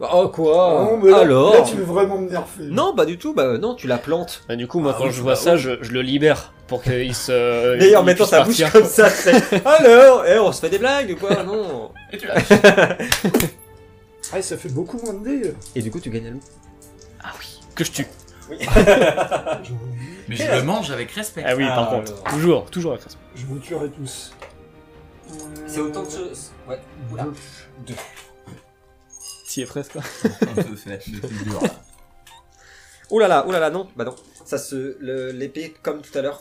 A: Oh quoi
C: Non, mais là,
A: Alors
C: là, tu veux vraiment me nerfer.
A: Non, bah du tout, bah non, tu la plantes.
B: Bah, du coup, moi
D: Ah
B: quand
D: oui,
B: je vois
D: bah,
B: ça, je, je le libère pour qu'il se.
A: (laughs) D'ailleurs,
B: il
A: mettant
B: puisse
A: sa bouche
B: partir.
A: comme ça, c'est. (laughs) Alors, eh, on se fait des blagues ou quoi Non.
D: Et
A: (laughs)
D: tu lâches.
C: Ah, ça fait beaucoup moins de dés.
A: Et du coup, tu gagnes à loup.
B: Ah oui. Que je tue.
C: Je,
D: Mais je le mange avec respect.
B: Ah oui, par
A: Ah,
B: contre.
A: alors.
B: Toujours, toujours la façon.
C: je vous tuerai tous. Euh,
A: C'est autant de choses. Ouais. Oula.
B: T'y es presque.
A: Oh là là, oh là là, non, bah non. Ça se, le- l'épée, comme tout à l'heure,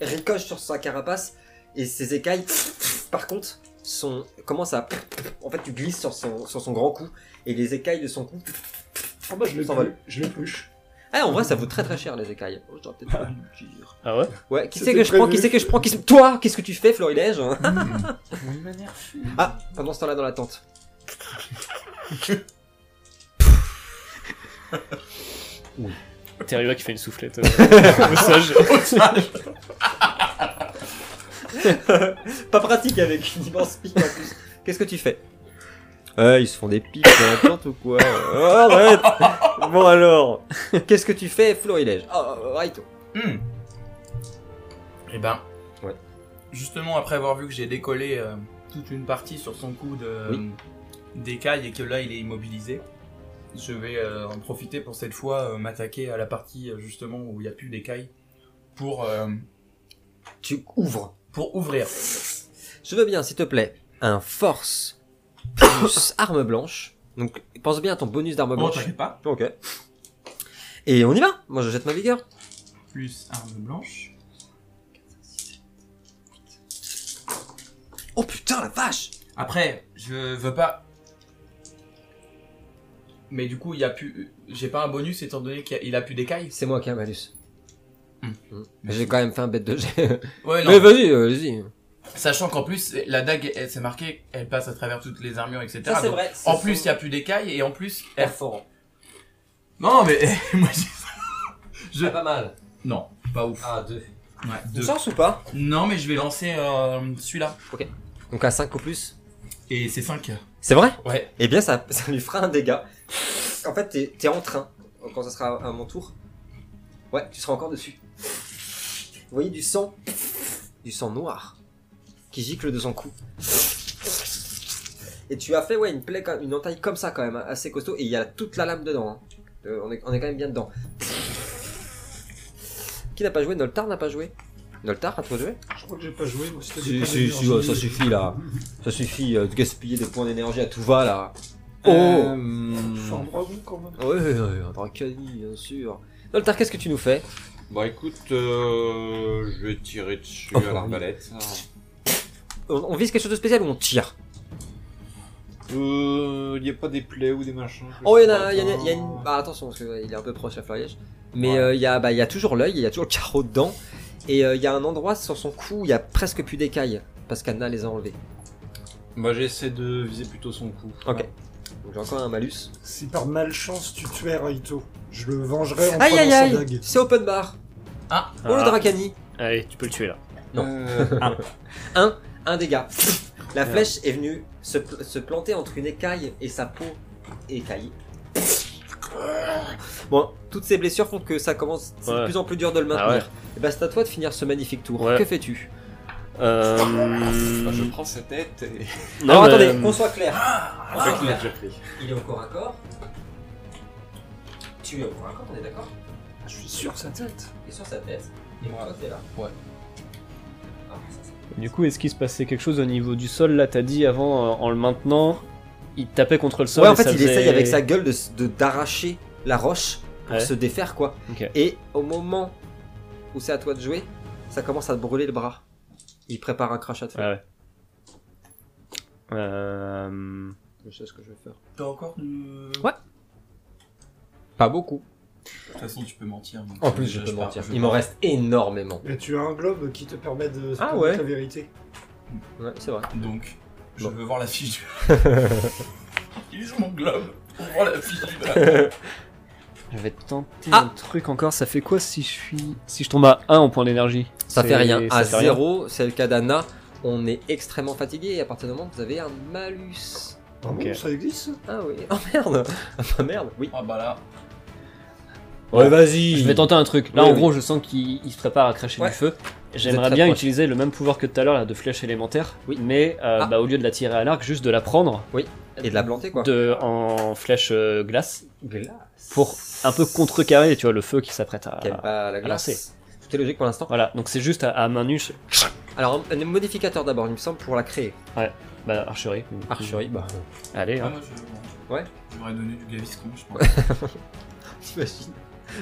A: ricoche sur sa carapace et ses écailles, par contre, sont, commencent à, en fait, tu glisses sur son, sur son grand cou et les écailles de son cou.
C: Ah, bah, je
A: S'en va.
C: l'épluche. Je l'épluche.
A: Ah, en vrai, ça vaut très très cher les écailles. Oh, j'aurais peut-être pas dû le dire.
B: Ah ouais
A: Ouais, qui c'est
C: C'était
A: que je prends,
C: prévu.
A: qui c'est que je prends, qui c'est- toi, qu'est-ce que tu fais, Florilège Hmm. (laughs) Ah, pendant ce temps-là dans la tente.
B: Terrio qui fait une soufflette. euh, au sage.
A: Pas pratique avec une immense pique en plus. Qu'est-ce que tu fais euh, ils se font des piques dans la tente ou quoi Oh, arrête Bon alors, qu'est-ce que tu oh, fais, Florilège Oh, Raito.
D: Et Hmm. ben.
A: Ouais.
D: justement, après avoir vu que j'ai décollé euh, toute une partie sur son coup de,
A: Oui.
D: d'écaille et que là il est immobilisé, je vais euh, en profiter pour cette fois euh, m'attaquer à la partie euh, justement où il n'y a plus d'écaille pour, euh,
A: Tu ouvres.
D: pour ouvrir.
A: Je veux bien, s'il te plaît, un force (coughs) plus arme blanche. Donc, pense bien à ton bonus d'arme
D: Bon,
A: blanche.
D: Oh, t'inquiète pas.
A: ok. Et on y va. Moi, je jette ma vigueur.
D: Plus arme blanche.
A: Oh putain, la vache
D: Après, je veux pas. Mais du coup, il y a plus. J'ai pas un bonus étant donné qu'il a- il a plus d'écailles.
A: C'est moi qui ai un malus.
D: Hmm.
A: Hmm. J'ai quand même fait un bête de jet.
D: Ouais, non.
A: Mais vas-y, euh, vas-y.
D: Sachant qu'en plus, la dague, elle s'est marquée, elle passe à travers toutes les armures, etc. Donc,
A: vrai.
D: En plus, il n'y a plus d'écailles et en plus, elle...
A: Perforant.
D: (laughs) Non, mais (laughs) moi j'ai- Je-
A: pas mal.
D: Non, pas ouf.
A: Ah, deux.
D: Ouais,
A: Tu
D: deux.
A: sens ou pas
D: Non, mais je vais lancer euh, celui-là.
A: Donc à 5 ou plus.
D: Et c'est 5.
A: C'est vrai
D: Ouais.
A: Eh bien, ça, ça lui fera un dégât. En fait, t'es t'es en train. Quand ça sera à mon tour, ouais, tu seras encore dessus. Vous voyez du sang, du sang noir, qui gicle de son cou. Et tu as fait ouais une plaie, quand- une entaille comme ça quand même, hein, assez costaud. Et il y a toute la lame dedans. hein. Euh, on, est, on est quand même bien dedans. Qui n'a pas joué Noltar n'a pas joué. Noltar a trop joué
C: Je crois que j'ai pas joué, moi c'était
A: Si,
C: des
A: si,
C: points
A: si,
C: d'énergie.
A: ouais, ça suffit, là. Ça suffit euh, de gaspiller des points d'énergie à tout va là. Oh
F: Euh,
C: Faut
A: Hmm.
C: un bravo quand même.
A: Oui, oui, oui, un dracani, bien sûr. Noltar, qu'est-ce que tu nous fais
F: Bon, Bah, écoute, euh, je vais tirer dessus
A: Oh,
F: à l'arbalète.
A: on, on vise quelque chose de spécial ou on tire
F: Euh, y a pas des plaies ou des machins je
A: Oh, il y en
F: sais
A: a,
F: pas,
A: il y en a- il y a
F: hein.
A: une. Bah, attention, parce qu'il est un peu proche à Floriège. Mais euh, il y, a, bah, il y a toujours l'œil, il y a toujours le carreau dedans. Et euh, il y a un endroit sur son cou, il y a presque plus d'écailles. Parce qu'Anna les a enlevés.
F: Bah, j'essaie de viser plutôt son cou.
A: Ok. Donc j'ai encore un malus.
C: Si par malchance tu tuais Raito, je le vengerai en
A: Aïe
C: prenant
A: aïe
C: sa
A: aïe
C: dague.
A: C'est open bar
D: Ah.
A: Oh le
B: Ah.
A: dracani
B: Allez, tu peux le tuer là.
A: Non.
F: Euh,
A: Un dégât. La
B: Merde.
A: flèche est venue se, se planter entre une écaille et sa peau écaillée. Bon, toutes ces blessures font que ça commence c'est de
B: Ouais.
A: plus en plus dur de le maintenir.
B: Ah ouais.
A: Et bah c'est à toi de finir ce magnifique tour.
B: Ouais.
A: Que fais-tu
B: Euh...
F: bah, je prends sa tête et.
A: Ah,
B: non,
A: Alors
B: mais-
A: attendez, qu'on soit clair.
F: Avec qu'il a déjà pris.
A: Il est au corps à corps. Tu es au corps à corps, on est d'accord
C: Je suis sur sa tête.
A: Et sur sa tête.
D: et Ouais. toi,
A: t'es là. Ah,
D: Ouais.
B: Du coup, est-ce qu'il se passait quelque chose au niveau du sol Là, t'as dit avant, euh, en le maintenant, il tapait contre le sol.
A: ouais, en
B: et
A: fait,
B: ça
A: il
B: faisait-
A: essaye avec sa gueule de s- de- d'arracher la roche pour
B: Ouais.
A: se défaire, quoi.
B: Ok.
A: Et au moment où c'est à toi de jouer, ça commence à te brûler le bras. Il prépare un crachat de feu.
B: Ouais, ouais. Euh...
A: Je sais ce que je vais faire.
D: T'as encore euh, du...
A: Ouais. Pas beaucoup.
D: De toute façon, tu peux mentir. donc,
A: En plus, je
D: déjà,
A: peux
D: pars-
A: mentir.
D: je
A: Il m'en
D: pars.
A: reste énormément.
C: Mais tu as un globe qui te permet de
A: Ah
C: te
A: ouais.
C: dire la vérité.
A: Ouais, c'est vrai.
D: Donc, je
A: Bon.
D: veux voir la fiche du...
A: (laughs)
D: Il est sur mon globe. On voit la fiche du drap.
B: Je vais tenter
A: Ah
B: un truc encore. Ça fait quoi si je suis. Si je tombe à 1 en point d'énergie
A: Ça
B: C'est-
A: fait rien.
B: ça
A: À
B: fait rien.
A: zéro, c'est le cas d'Anna. On est extrêmement fatigué et à partir du moment où vous avez un malus.
C: Ah
B: Ok.
C: bon, ça existe
A: Ah oui. (laughs) Oh merde. Ah bah merde. Oui.
D: Ah bah là.
B: Ouais,
A: vas-y.
B: Je vais tenter un truc. Là,
A: Oui,
B: en
A: oui.
B: gros, je sens qu'il il se prépare à cracher
A: Ouais.
B: du feu.
A: êtes
B: J'aimerais
A: très
B: bien
A: proche.
B: utiliser le même pouvoir que tout à l'heure, là, de flèche élémentaire.
A: Oui.
B: Mais euh,
A: Ah.
B: bah, au lieu de la tirer à l'arc, juste de la prendre
A: Et de la planter, quoi.
B: de, en flèche euh, glace pour un peu contrecarrer, tu vois, le feu qui s'apprête à.
A: Qu'elle pas la glace.
B: lancer.
A: Tout est logique pour l'instant.
B: Voilà, donc c'est juste à, à main nue, je-
A: Alors, un un modificateur d'abord, il me semble, pour la créer.
B: bah, archerie.
A: Archerie, bah. (laughs)
B: Allez,
D: Ah,
B: hein.
D: moi, je...
A: Ouais.
D: J'aurais donné du gaviscon, je pense.
A: T'imagines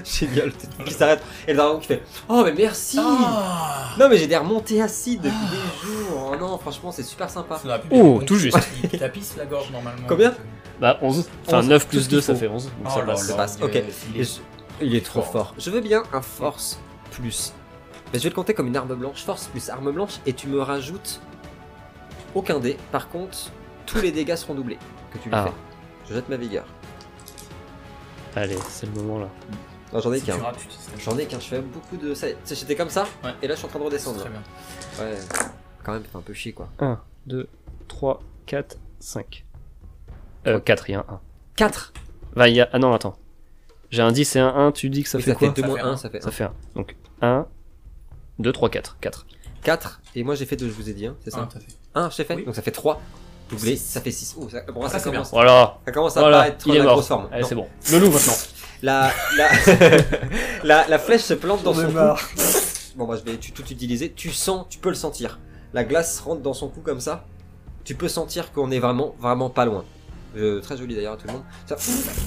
A: Génial, t'es tout qui s'arrête. Et le dragon qui fait Oh, mais merci
D: Ah
A: Non, mais j'ai des remontées acides depuis des jours. Oh non, franchement, c'est super sympa.
D: Ça aurait pu
B: Oh,
D: être bon.
B: tout juste.
D: Il tapisse la gorge normalement.
A: Combien
B: bah 11. Enfin,
A: Onze,
B: 9
A: tout ce
B: plus
A: qu'il
B: 2, ça
A: faut.
B: fait 11. Donc
D: Oh
B: ça
D: là
B: passe.
D: là,
A: passe,
D: il
A: ok.
D: est- il est-
A: Et je- Il est trop
D: Fort.
A: fort. Je veux bien un force plus. Mais je vais le compter comme une arme blanche. Force plus arme blanche, et tu me rajoutes aucun dé. Par contre, tous les dégâts seront doublés que tu lui
B: Ah.
A: fais. Je jette ma vigueur.
B: Allez, c'est le moment là.
A: Non, j'en ai
D: Si tu
A: qu'un.
D: rates, tu t'y-
A: J'en ai qu'un, je fais beaucoup de. ça- Tu sais, j'étais comme ça,
D: Ouais.
A: et là je suis en train de redescendre.
D: Très bien.
A: Ouais, quand même, c'est un peu chier quoi.
B: 1, 2, 3, 4, 5. Euh, 4, il y a un 1.
A: 4
B: Enfin, il y a... Ah non, attends. J'ai un 10 et un 1, tu dis que ça
A: Ça
B: fait
A: fait
B: quoi
A: 2
D: Ça
A: moins
D: fait
A: 1,
D: un.
A: ça fait 1.
B: Ça fait 1. Donc 1, 2, 3, 4. 4.
A: 4. Et moi j'ai fait 2, je vous ai dit, hein, c'est
D: Ah,
A: ça
D: tout à fait.
A: 1, je t'ai fait
D: Oui.
A: Donc ça fait 3. Doublé, ça fait 6. ça, bon, ça,
D: Ah, c'est bien.
A: commence,
B: Voilà,
A: ça commence à
B: voilà,
A: pas être
B: il est
A: la
B: mort.
A: grosse forme.
B: Allez,
A: Non.
B: c'est bon. Le loup maintenant.
A: La, la, (laughs) la, la flèche se plante dans
C: J'en ai
A: son cou.
C: marre.
A: (laughs) Bon, bah, je vais tu- tout utiliser. Tu sens, tu peux le sentir. La glace rentre dans son cou comme ça. Tu peux sentir qu'on est vraiment, vraiment pas loin. Euh, très joli d'ailleurs à tout le monde. Ça-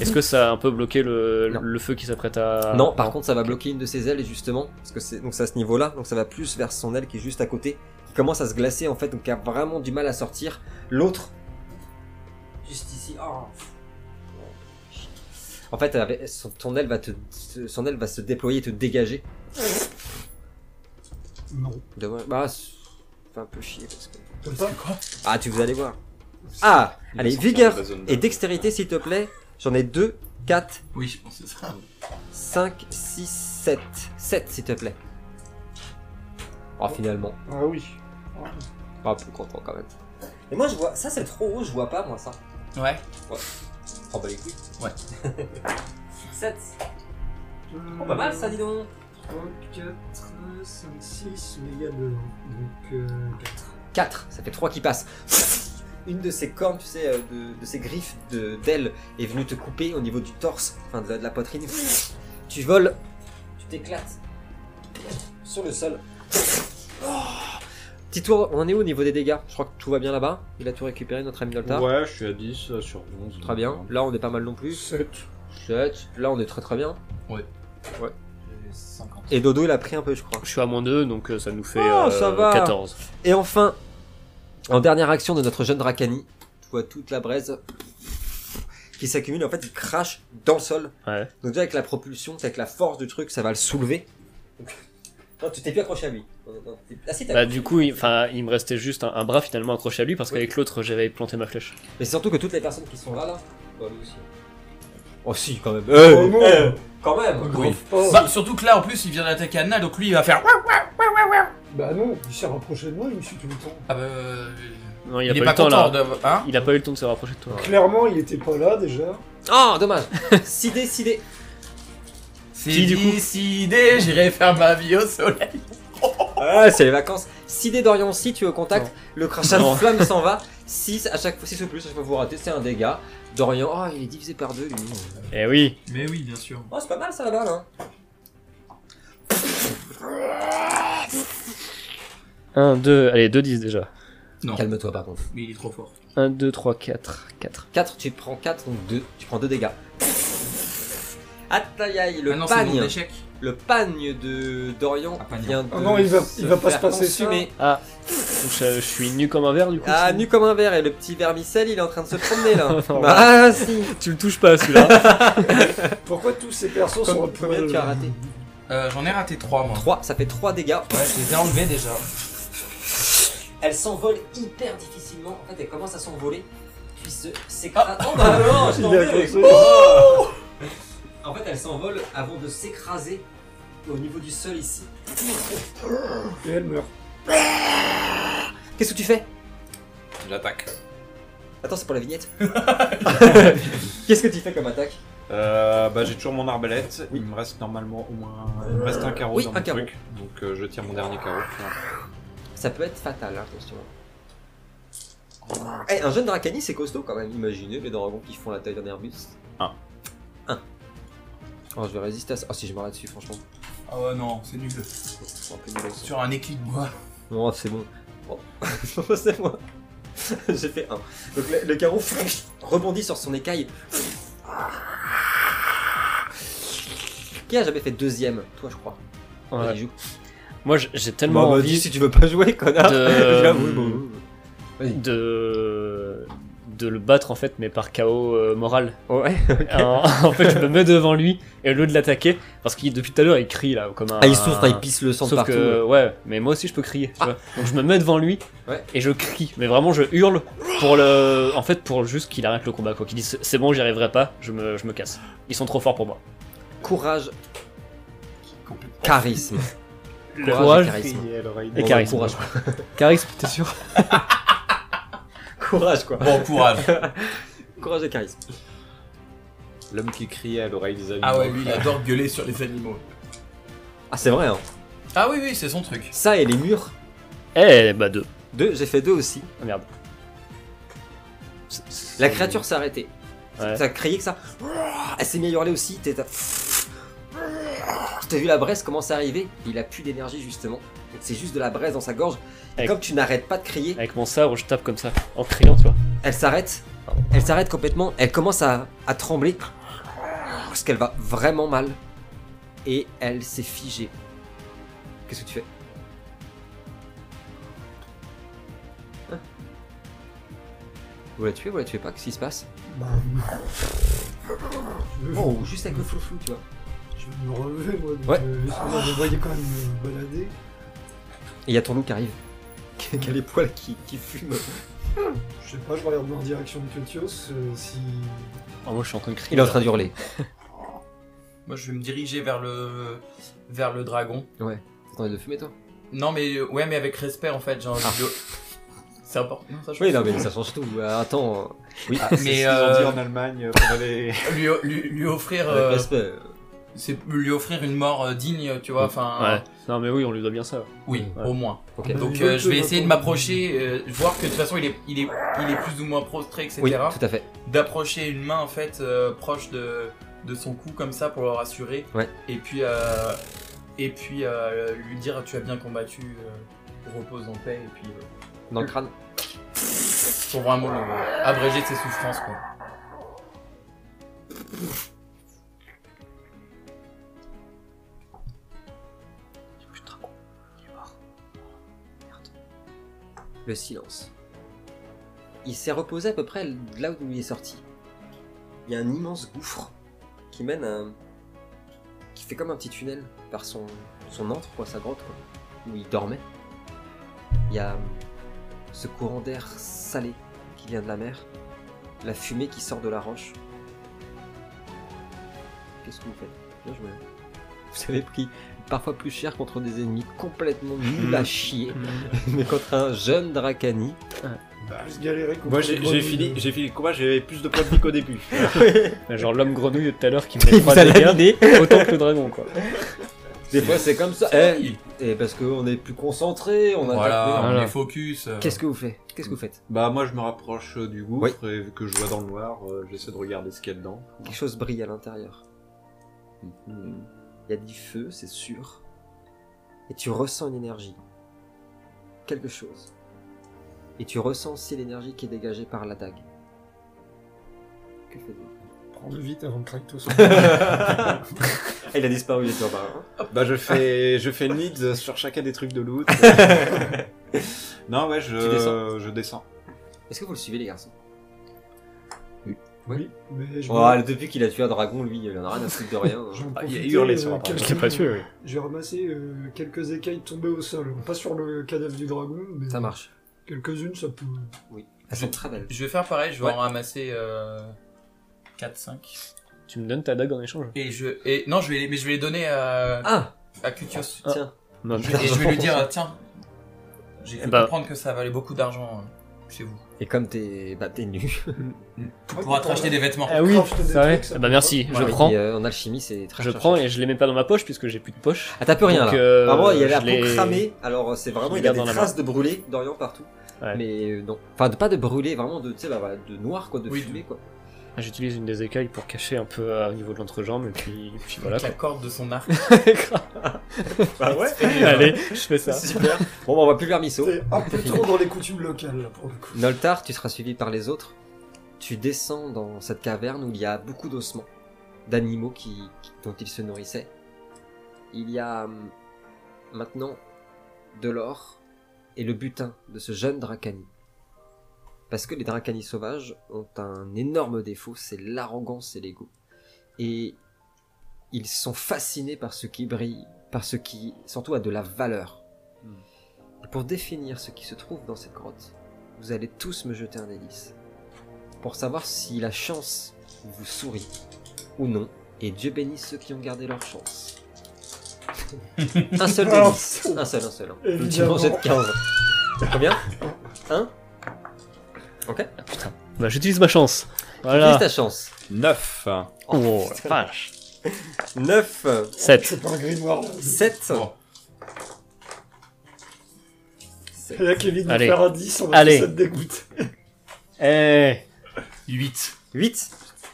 B: Est-ce que ça a un peu bloqué le,
A: Non.
B: le feu qui s'apprête à.
A: non, par contre, ça va bloquer une de ses ailes, et justement, parce que c'est donc c'est à ce niveau-là, donc ça va plus vers son aile qui est juste à côté, qui commence à se glacer en fait, donc qui a vraiment du mal à sortir. L'autre, juste ici, oh. en fait, elle avait- son, ton aile va te, son aile va se déployer, et te dégager.
C: Non.
A: Dommage. Bah, c'est fait un peu chier parce que.
C: Comme ça
D: Quoi
A: Ah, tu vous allez voir. Ah,
F: Il va
A: allez,
F: sortir
A: vigueur
F: de la zone
A: et
F: de-
A: dextérité, s'il te plaît. J'en ai 2, 4,
D: Oui, je pense que c'est ça.
A: 5, 6, 7. 7, s'il te plaît. Oh, finalement.
C: Ah oui.
A: Pas plus content quand même. Et moi, je vois. Ça, c'est trop haut, je vois pas, moi, ça.
D: Ouais.
A: Oh, bah, les couilles. (laughs)
D: Ouais.
A: 7. Oh, pas mal, ça, dis donc.
C: 3, 4, 5, 6, méga 2. Donc euh, 4.
A: 4, ça fait 3 qui passent. Une de ses cornes, tu sais, euh, de, de ses griffes de- d'ailes est venue te couper au niveau du torse, enfin de la, de la poitrine. Tu voles, tu t'éclates sur le sol. Oh Petit tour, on en est où au niveau des dégâts Je crois que tout va bien là-bas. Il a tout récupéré, notre ami Noltar.
F: Ouais, je suis à 10 euh, sur 11.
A: Très bien. Là, on est pas mal non plus.
C: 7.
A: Sept. Là, on est très très bien.
D: J'ai 50.
A: Et Dodo, il a pris un peu, je crois.
B: Je suis à moins 2, donc euh, ça nous fait
A: Oh,
B: euh,
A: ça va.
B: 14.
A: Et enfin, en dernière action de notre jeune Dracani, tu vois toute la braise qui s'accumule. En fait, il crache dans le sol.
B: Ouais.
A: Donc, déjà, avec la propulsion, avec la force du truc, ça va le soulever. Donc, Non, tu t'es plus accroché à lui. Non, non, t'es- Ah, si, t'as-
B: Bah, du coup, il, enfin, il me restait juste un, un bras finalement accroché à lui parce qu'avec l'autre, j'avais planté ma flèche.
A: Mais c'est surtout que toutes les personnes qui sont là, là. Bah, lui aussi. Oh, si, quand même.
F: Euh,
A: euh,
C: Oh, non.
A: quand même.
D: Oui.
C: Oh.
D: Bah, surtout que là, en plus, il vient d'attaquer Anna, donc lui, il va faire. Ah
C: Bah non, il s'est rapproché de moi, il me suit tout le temps.
D: bah. euh,
B: Non, il a
D: Il,
B: pas
D: est
B: eu
D: pas
B: le temps
D: content
B: là.
D: de. Hein
B: Il a pas eu le temps de se rapprocher de toi.
C: Clairement, il était pas là déjà.
A: Oh,
B: (laughs)
A: dommage. 6D, 6D.
D: C'est
B: Qui, du coup
D: décidé, j'irai faire ma vie au soleil.
A: Ah, c'est les vacances. 6D d'Orient si tu es au contact. Le crachat de
B: Non.
A: flamme s'en va. 6 à chaque fois, 6 ou plus, à chaque fois que vous ratez, c'est un dégât. Dorian, oh, il est divisé par 2 lui.
B: Eh oui,
D: Mais oui, bien sûr.
A: Oh, c'est pas mal ça la balle, hein.
B: 1, 2, allez, 2, 10 déjà.
D: Non,
A: Calme-toi par contre.
D: mais il est trop fort.
B: 1, 2, 3, 4, 4.
A: 4, tu prends 4, donc 2. Tu prends 2 dégâts. Aïe aïe, le
D: ah non, c'est
A: pagne,
D: mon échec.
A: le pagne de Dorian
D: Ah, pagne.
A: vient de
C: Oh non, il va- il va pas
A: faire
C: se passer ça.
A: consumer.
B: Donc, je, je suis nu comme un verre du coup.
A: Ah,
B: c'est-
A: nu comme un verre et le petit vermicelle, il est en train de se promener
C: (laughs)
A: là.
B: Non.
A: ah si.
B: Tu le touches pas celui-là.
C: Pourquoi tous ces persos sont
A: Comme- combien tu as raté
D: Euh, J'en ai raté 3 moi.
A: 3, ça fait 3 dégâts.
D: Ouais, je les ai enlevés déjà.
A: Elle s'envole hyper difficilement. En fait, elle commence à s'envoler. Puis se s'écrase. Oh bah
F: Ah,
A: non, je
C: (laughs) Ah. Il
A: t'en
C: a
A: prie.
C: causé.
A: Oh En fait, elle s'envole avant de s'écraser au niveau du sol ici.
C: Et elle meurt.
A: Qu'est-ce que tu fais
F: J'attaque.
A: Attends, c'est pour la (laughs) vignette. Qu'est-ce que tu fais comme attaque
F: Euh, bah, j'ai toujours mon arbalète. Il me reste normalement au moins. Il me reste un carreau
A: Oui,
F: dans
A: un
F: mon
A: carreau.
F: truc. Donc euh, je tire mon dernier carreau.
A: Ça peut être fatal, hein, attention. Eh, un jeune dracani, c'est costaud quand même. Imaginez les dragons qui font la taille d'un arbuste.
F: Un.
A: 1. Oh, je vais résister à ça. Oh, si je meurs là-dessus, franchement.
D: Ah ouais, non, c'est nul.
A: C'est un peu nul aussi.
D: Sur un éclit de bois.
A: Non, c'est bon. (laughs) Oh, c'est moi. (laughs) J'ai fait un. Donc le, le carreau (laughs) rebondit sur son écaille. Qui a jamais fait deuxième Toi, je crois. Vas-y,
B: Ouais.
A: joue.
B: Moi, j- j'ai tellement
A: Bah, bah, dis
B: envie
A: si tu veux pas jouer, connard. (laughs)
B: De- euh,
A: J'avoue, bon. vas-y.
B: de de le battre en fait, mais par chaos euh, moral.
A: Ouais.
B: En- (laughs) en fait, je me mets devant lui et au lieu de l'attaquer, parce qu'il depuis tout à l'heure il crie là comme un.
A: Ah, il souffre, il pisse le sang de
B: Sauf
A: partout. Ah.
B: que ouais, mais moi aussi je peux crier. tu vois. Donc je me mets devant lui
A: Ouais.
B: et je crie, mais vraiment je hurle pour le, en fait pour juste qu'il arrête le combat quoi, qu'il dise c'est bon j'y arriverai pas, je me, je me casse. Ils sont trop forts pour moi.
A: Courage, charisme. Courage, et charisme.
B: Et
A: Bon,
B: charisme.
A: (laughs) Courage,
B: Charisme, t'es sûr
A: courage quoi.
D: Bon courage.
A: Courage et charisme.
F: L'homme qui criait à l'oreille des amis.
D: Ah ouais, lui, il adore gueuler sur les animaux.
A: Ah, c'est vrai, hein.
D: Ah oui, oui, c'est son truc.
A: Ça et les murs.
B: Eh, bah deux.
A: Deux, j'ai fait deux aussi.
B: Ah, merde.
A: La créature s'est arrêtée.
B: Ouais.
A: Ça a crié que ça. Elle s'est mise à hurler aussi. T'es- T'as t'as vu la braise commencer à arriver. Il a plus d'énergie justement. C'est juste de la braise dans sa gorge. Et
B: Avec-
A: comme tu n'arrêtes pas de crier,
B: Avec mon sabre, je tape comme ça, en criant, tu vois.
A: elle s'arrête. Elle s'arrête complètement. Elle commence à, à trembler. Parce qu'elle va vraiment mal. Et elle s'est figée. Qu'est-ce que tu fais Hein Vous la tuez, vous la tuez pas Qu'est-ce qui se passe
C: Bah, je veux-
A: Oh, juste avec le flou-flou, tu vois.
C: Je vais me relever, moi. donc,
A: Ouais.
C: euh, je me voyais quand même me balader.
A: Et il y a ton loup qui arrive. Qui qui a les poils qui, qui fument.
C: Je sais pas, je regarde en direction de Cutios. euh, si.
B: Oh, moi, je suis en train de crier.
A: Il est en train d'hurler.
D: Moi, je vais me diriger vers le, vers le dragon.
A: T'as envie de fumer toi
D: Non, mais ouais, mais avec respect en fait. Genre,
A: Ah.
D: c'est important. Non, ça, je
A: Oui,
D: pense.
A: non, mais ça change tout. Euh, Attends. euh, Oui,
F: Ah, c'est
D: mais,
F: ce qu'ils
D: euh,
F: ont dit en Allemagne pour aller.
D: Lui, lui, lui offrir,
A: avec
D: euh,
A: respect. euh,
D: c'est lui offrir une mort euh, digne, tu vois. Enfin,
B: Ouais. Non, mais oui, on lui doit bien ça.
D: oui,
B: Ouais.
D: au moins.
A: Ok.
C: Bah,
D: Donc
C: il veut
D: euh, je vais
C: que
D: essayer de
C: j'attende.
D: m'approcher, euh, voir que de toute façon il est, il est, il est plus ou moins prostré, etc.
A: Oui, tout à fait.
D: D'approcher une main en fait euh, proche de, de son cou comme ça pour le rassurer.
A: Ouais.
D: Et puis, euh, et puis euh, lui dire tu as bien combattu, euh, repose en paix. Et puis euh,
A: Dans le crâne.
D: pour vraiment le, abréger de ses souffrances. Quoi.
A: Le silence. Il s'est reposé à peu près de là où il est sorti. Il y a un immense gouffre qui mène à. un- qui fait comme un petit tunnel par son, son antre, quoi, sa grotte, quoi, où il dormait. Il y a euh, ce courant d'air salé qui vient de la mer, la fumée qui sort de la roche. Qu'est-ce que vous faites Bien joué. Vous avez pris parfois plus cher contre des ennemis complètement nuls à chier (laughs) mais contre un jeune Dracani.
C: Bah, je galérais contre
F: (laughs) Moi
C: les
F: j'ai j'ai
C: grenouilles,
F: fini,
C: euh,
F: j'ai fini le combat, j'avais plus de points de vie qu'au début.
B: Ouais, Genre l'homme grenouille de tout à l'heure
A: (laughs)
B: qui me met
A: Il vous
B: trois
A: a
B: dégâts,
A: laminé.
B: autant que le dragon, quoi.
A: Des fois, c'est comme ça.
D: C'est
A: Eh,
D: vrai.
A: et parce qu'on est plus concentré, on a.
D: Voilà,
B: Voilà.
D: on est focus. euh.
A: Qu'est-ce que vous faites Qu'est-ce que vous faites
F: (laughs) Bah moi je me rapproche euh, du gouffre et vu que je vois dans le noir, euh, j'essaie de regarder ce qu'il y a dedans.
A: Quelque chose brille à l'intérieur. Il y a du feu, c'est sûr. Et tu ressens une énergie. Quelque chose. Et tu ressens aussi l'énergie qui est dégagée par la dague. Que faites-vous
C: Prends-le euh, vite avant que
F: (laughs)
C: Kratos.
A: Ah, Il a disparu, il est en bas. hein.
F: Bah je fais je fais le lead sur chacun des trucs de (laughs) loot. non ouais je
A: Tu descends
F: je descends.
A: Est-ce que vous le suivez, les garçons
C: oui, mais je.
A: Oh, Depuis qu'il a tué un dragon, lui, il en a rien à foutre de rien. hein.
C: J'en
F: Ah, il y a
C: profitais,
F: hurlé sur
C: euh,
F: la parole.
C: quelques
F: Je
C: minutes. J'ai ramassé euh, quelques écailles tombées au sol. Pas sur le cadavre du dragon, mais.
A: Ça marche.
C: Quelques-unes, ça peut.
A: Elles sont très belles.
D: Je vais faire pareil, je vais
A: Ouais.
D: en ramasser euh, 4-5.
B: Tu me donnes ta dague en échange
D: Et je, et non, je vais, les- mais je vais les donner à,
A: Ah
D: à Cutios.
A: Tiens. (laughs)
B: Non, mais-
D: Et je vais lui dire, Ah, tiens, j'ai cru
B: Bah.
D: comprendre que ça valait beaucoup d'argent euh, chez vous.
A: Et comme t'es bah, t'es nu,
D: Pour te racheter des vêtements.
B: Ah oui,
C: Crafte des
B: c'est vrai.
C: trucs, ça
B: Bah
C: peut
B: merci,
A: (laughs)
D: pas.
B: je
D: Ouais,
B: prends.
A: et, euh, en alchimie, c'est très
B: Je
A: cher,
B: prends
A: cher.
B: et je les mets pas dans ma poche puisque j'ai plus de poche.
A: Ah, t'as plus rien
B: Donc,
A: là.
B: euh,
A: Vraiment, il y a la
B: je
A: peau
B: les-
A: cramée. Alors, euh, c'est vraiment,
B: je
A: il
B: les
A: y a
B: garde
A: des
B: dans la
A: traces de brûlé d'Orient partout.
B: Ouais.
A: Mais euh, non. Enfin, de- pas de brûlé, vraiment de, tu sais, bah, voilà, de noir, quoi, de
D: Oui,
A: fumée, quoi.
B: J'utilise une des écailles pour cacher un peu euh, au niveau de l'entrejambe et puis, et puis voilà.
D: Avec la
B: Quoi.
D: corde de son arc.
B: bah ouais. (laughs) Allez, je fais ça.
A: Super. bon, bah, on va plus vers Misso.
C: T'es un peu trop dans les coutumes locales, là, pour le coup.
A: Noltar, tu seras suivi par les autres. Tu descends dans cette caverne où il y a beaucoup d'ossements, d'animaux qui, qui- dont ils se nourrissaient. Il y a hum, maintenant de l'or et le butin de ce jeune Dracani. Parce que les Dracani sauvages ont un énorme défaut, c'est l'arrogance et l'ego. Et ils sont fascinés par ce qui brille, par ce qui surtout a de la valeur. Pour définir ce qui se trouve dans cette grotte, vous allez tous me jeter un délice pour savoir si la chance vous sourit ou non. Et Dieu bénisse ceux qui ont gardé leur chance. un seul délice. Un seul, un seul. hein. Tu
C: Évidemment.
A: m'en jettes 15. Combien Un
B: Bah j'utilise ma chance.
A: Utilise
B: Voilà.
A: ta chance.
F: 9.
B: Oh la vache.
A: 9,
C: Je
B: 7.
C: suis pas un grimoire. là.
A: 7.
C: Là, Kevin va
B: Allez.
C: faire un 10, on va
B: Allez.
C: tous être dégoûté.
B: Eh
D: 8.
A: 8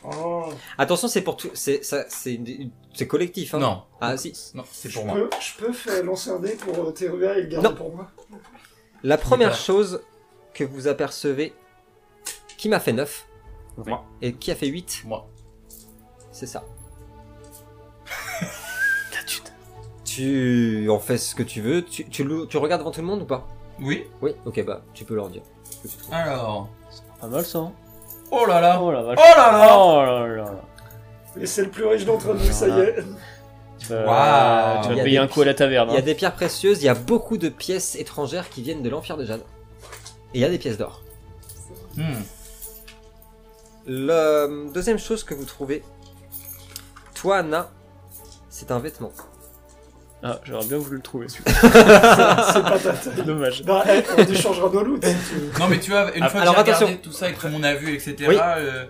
C: Oh,
A: Attention, c'est pour tout. C'est ça- c'est une- une- c'est collectif. Hein.
D: Non,
A: Ah si.
D: non, c'est
C: je,
D: pour moi.
C: peux, je peux faire lancer un dé pour euh, Teruya et le garder
A: Non.
C: pour moi
A: La première
D: D'accord.
A: chose que vous apercevez, qui m'a fait 9
F: Moi.
A: Et qui a fait 8
D: Moi.
A: C'est ça.
B: La tute.
A: Tu en fais ce que tu veux. Tu, tu, le- tu regardes devant tout le monde ou pas
D: Oui.
A: Oui. Ok, bah tu peux leur dire. ce que tu trouves.
D: Alors.
B: Pas mal ça. hein.
D: Oh là
A: Ah.
D: là.
B: Oh la vache.
D: Oh là là.
B: Oh là là.
C: Et c'est le plus riche d'entre nous, ça y est. (laughs)
B: Euh,
D: Waouh.
B: Tu
A: Il y
B: vas
A: a des-
B: payer un coup à la taverne.
A: Il y a
B: hein.
A: des pierres précieuses. Il y a beaucoup de pièces étrangères qui viennent de l'enfer de Jade. Et il y a des pièces d'or.
D: Hmm.
A: La euh, deuxième chose que vous trouvez, toi Anna, c'est un vêtement.
B: Ah, j'aurais bien voulu le trouver.
A: (laughs)
C: c'est pas ta taille.
B: Dommage.
C: Bah, eh, on échangera nos loots. si tu veux.
D: Non mais tu vois, une
A: Ah,
D: fois que j'ai
A: alors,
D: regardé
A: attention.
D: tout ça et que tout le monde a vu, etc.
A: Oui.
D: euh,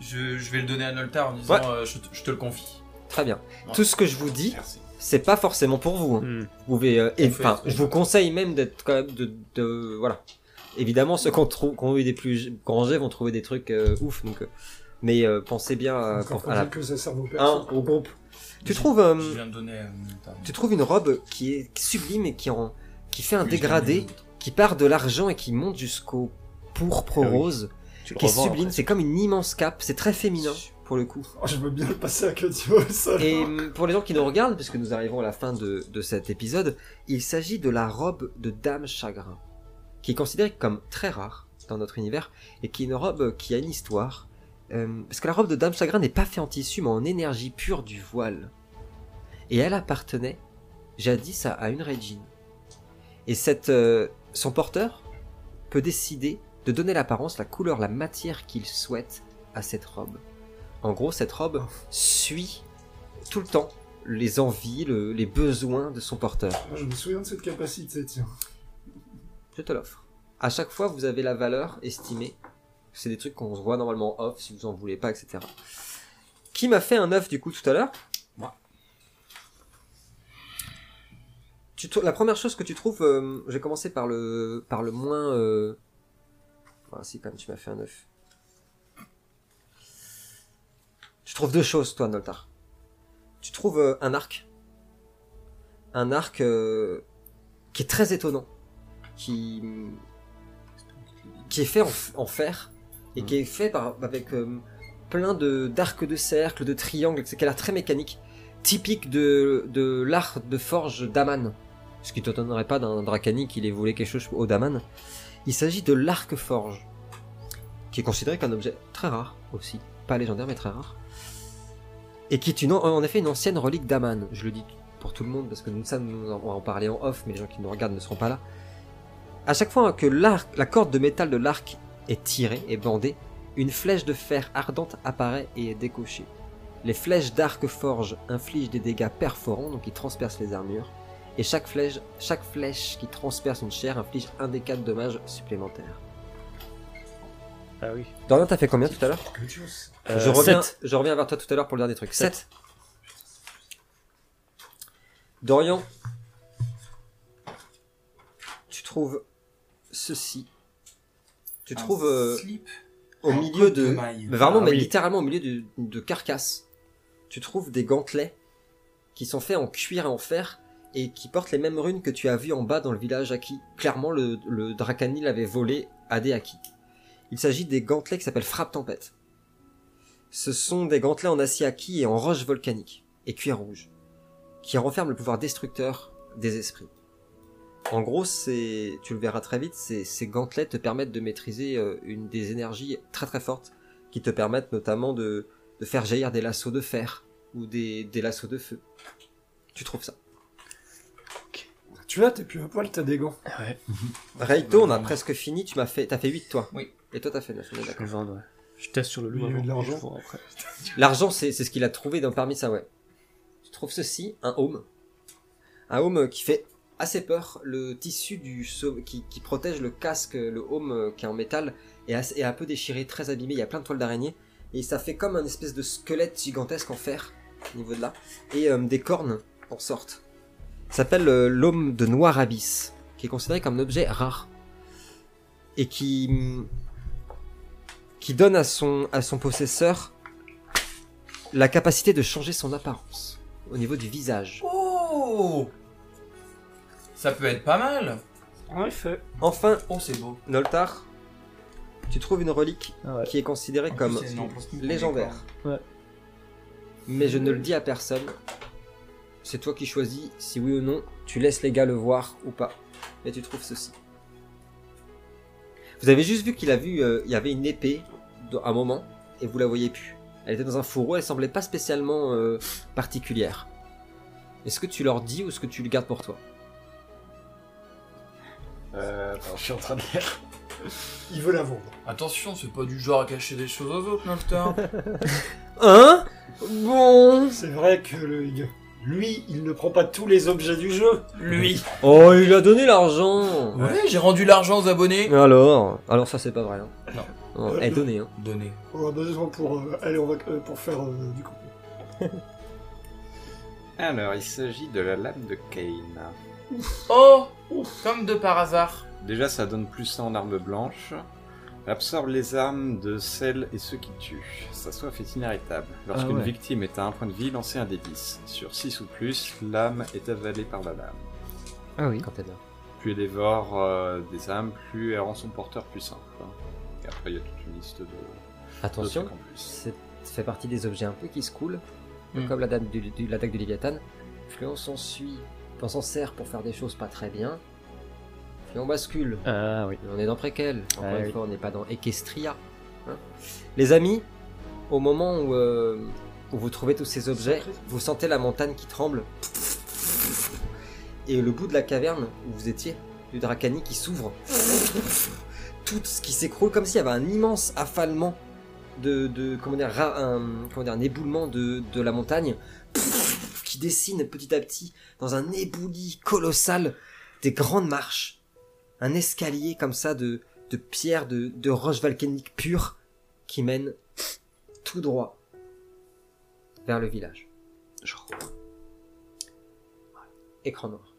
D: je, je vais le donner à Noltar en disant euh, je, te- je te le confie.
A: Très bien.
D: Ouais.
A: Tout ce que je vous dis,
F: Merci.
A: c'est pas forcément pour vous. hein.
B: Hmm.
A: Vous pouvez, euh, et-
D: On fait
A: enfin,
D: ce qu'on
A: je vous
D: peut.
A: conseille même d'être quand même de, de- voilà. Évidemment, ceux qui ont, trou- qui ont eu des plus grands jets vont trouver des trucs euh, ouf. Donc, euh, mais euh, pensez bien à,
C: Quand
A: pour-
C: on
A: à la-
C: dit que ça sert au
A: un,
C: perso.
A: au groupe. Tu
D: Je-
A: trouves, euh,
D: Je viens de donner à Noltar.
A: tu trouves une robe qui est sublime et qui en, qui fait un
D: Oui, je
A: dégradé,
D: donne à Noltar.
A: qui part de l'argent et qui monte jusqu'au pourpre
B: Ah oui.
A: rose,
B: Tu le
A: qui est
B: revends
A: sublime. C'est comme une immense cape. C'est très féminin pour le coup.
C: Oh, je veux bien le passer à Claudio, ça.
A: Et hum, pour les gens qui nous regardent, puisque nous arrivons à la fin de, de cet épisode, il s'agit de la robe de Dame Chagrin, qui est considérée comme très rare dans notre univers, et qui est une robe qui a une histoire. Euh, parce que la robe de Dame Chagrin n'est pas faite en tissu, mais en énergie pure du voile. Et elle appartenait, jadis, à, à une régine. Et cette, euh, son porteur peut décider de donner l'apparence, la couleur, la matière qu'il souhaite à cette robe. En gros, cette robe suit tout le temps les envies, le- les besoins de son porteur.
C: Je me souviens de cette capacité, tiens.
A: Je te l'offre. À chaque fois, vous avez la valeur estimée. C'est des trucs qu'on voit normalement off si vous en voulez pas, etc. Qui m'a fait un œuf du coup tout à l'heure
F: Moi.
A: Tu trou- la première chose que tu trouves, euh, je vais commencer par le, par le moins. Euh... Ah, si, quand même, tu m'as fait un œuf. Tu trouves deux choses, toi, Noltar. Tu trouves euh, un arc. Un arc euh, qui est très étonnant. Qui, qui est fait en, en fer. Et qui est fait par, avec euh, plein de d'arcs de cercle, de triangles, etc. Qui a l'air très mécanique. Typique de, de l'art de forge d'Aman. Ce qui ne t'étonnerait pas d'un dracani qui ait volé quelque chose au d'Aman. Il s'agit de l'arc forge. Qui est considéré comme un objet très rare aussi. Pas légendaire, mais très rare. Et qui est une, en effet une ancienne relique d'Aman. Je le dis pour tout le monde parce que nous, ça, nous en- on va en parler en off, mais les gens qui nous regardent ne seront pas là. À chaque fois que l'arc, la corde de métal de l'arc est tirée et bandée, une flèche de fer ardente apparaît et est décochée. Les flèches d'arc forge infligent des dégâts perforants, donc qui transpercent les armures, et chaque flèche, chaque flèche qui transperce une chair inflige un des quatre dommages supplémentaires.
B: après. Ah oui.
A: Dorian, t'as fait combien tout à l'heure
C: Claudio.
B: Euh,
A: je, reviens,
B: sept.
A: je reviens vers toi tout à l'heure pour le dernier truc. 7.
B: Sept.
A: Dorian, tu trouves ceci. Tu
D: Un
A: trouves euh,
D: slip
A: au
D: en
A: milieu
D: côte
A: de.
D: maille.
A: Mais vraiment,
B: Ah
A: mais
B: oui.
A: littéralement au milieu de, de carcasses, tu trouves des gantelets qui sont faits en cuir et en fer et qui portent les mêmes runes que tu as vues en bas dans le village Aki. Clairement, le, le Dracani l'avait volé à des Aki. Il s'agit des gantelets qui s'appellent Frappe Tempête. Ce sont des gantelets en acier Aki et en roche volcanique et cuir rouge qui renferment le pouvoir destructeur des esprits. En gros, c'est, tu le verras très vite, ces, ces gantelets te permettent de maîtriser euh, une des énergies très très fortes qui te permettent notamment de, de faire jaillir des lassos de fer ou des, des lassos de feu. Tu trouves ça
C: Tu vois, t'es plus à poil, t'as des gants.
B: Ouais,
A: Raito, on a presque fini, tu m'as fait, t'as fait 8 toi.
D: Oui.
A: Et toi t'as fait 9, on est
B: je vais
A: d'accord.
B: le vendre, ouais. Je teste sur le loup
C: Oui, il y a eu
B: avant.
C: de l'argent.
B: je vois après.
A: L'argent, c'est c'est ce qu'il a trouvé dans, parmi ça, ouais. Tu trouves ceci, un home. Un home qui fait assez peur. Le tissu du sau- qui, qui protège le casque, le home euh, qui est en métal, est, assez- est un peu déchiré, très abîmé. Il y a plein de toiles d'araignée. Et ça fait comme un espèce de squelette gigantesque en fer, au niveau de là. Et euh, des cornes en sortent. Ça s'appelle euh, l'home de Noir Abyss. qui est considéré comme un objet rare et qui hum, qui donne à son à son possesseur la capacité de changer son apparence au niveau du visage.
D: Oh Ça peut être pas mal
C: En effet.
A: Enfin,
D: Oh, c'est beau.
A: Noltar, tu trouves une relique
B: Ah ouais.
A: qui est considérée
D: En
A: comme
D: plus, c'est une empreinte
A: légendaire.
B: Ouais.
A: Mais je ne le dis à personne. C'est toi qui choisis si oui ou non tu laisses les gars le voir ou pas. Et tu trouves ceci. Vous avez juste vu qu'il a vu, euh, il y avait une épée dans- à un moment et vous la voyez plus. Elle était dans un fourreau, elle semblait pas spécialement euh, particulière. Est-ce que tu leur dis ou est-ce que tu le gardes pour toi
F: Euh, attends, je suis en train de lire.
C: Il veut la vendre.
D: Attention, c'est pas du genre à cacher des choses aux
A: (laughs)
D: autres, Noltar.
A: Hein Bon.
C: C'est vrai que le, lui, il ne prend pas tous les objets du jeu.
D: Lui.
A: Oh, il a donné l'argent.
D: Ouais, j'ai rendu l'argent aux abonnés.
A: Alors, alors ça c'est pas vrai. Hein.
D: Non.
A: Non, elle est donnée. Hein.
D: Donné.
C: On a besoin pour euh, aller en vac- euh, pour faire euh, du contenu.
F: Alors, il s'agit de la lame de Kane.
D: Oh Comme de par hasard.
F: Déjà, ça donne plus ça en armes blanches. Absorbe les armes de celles et ceux qui tuent. Sa soif est inarrêtable. Lorsqu'une
B: Ah ouais.
F: victime est à un point de vie, lancez un des 10. Sur 6 ou plus, l'âme est avalée par la lame.
B: Ah oui.
A: Quand elle meurt.
F: Plus elle dévore euh, des âmes, plus elle rend son porteur plus simple. Et après, il y a toute une liste de, de
A: Attention,
F: trucs en plus.
A: c'est- ça fait partie des objets un peu qui se coulent,
D: Mm.
A: comme la dame du, du- la dague du Léviathan. Plus on s'en suit, plus on s'en sert pour faire des choses pas très bien, plus on bascule.
B: Ah oui.
A: On est dans Préquel, encore
B: Ah
A: une
B: oui.
A: fois, on n'est pas dans Equestria. hein. Les amis, au moment où, euh, où vous trouvez tous ces objets, vous sentez la montagne qui tremble. Et le bout de la caverne où vous étiez, du Dracani qui s'ouvre. Tout ce qui s'écroule comme s'il y avait un immense affalement de. de- comment, dire, ra- un, comment dire, un éboulement de, de la montagne qui dessine petit à petit dans un éboulis colossal des grandes marches un escalier comme ça de, de pierre, de, de roche volcanique pure qui mène tout droit vers le village. Genre. Écran noir.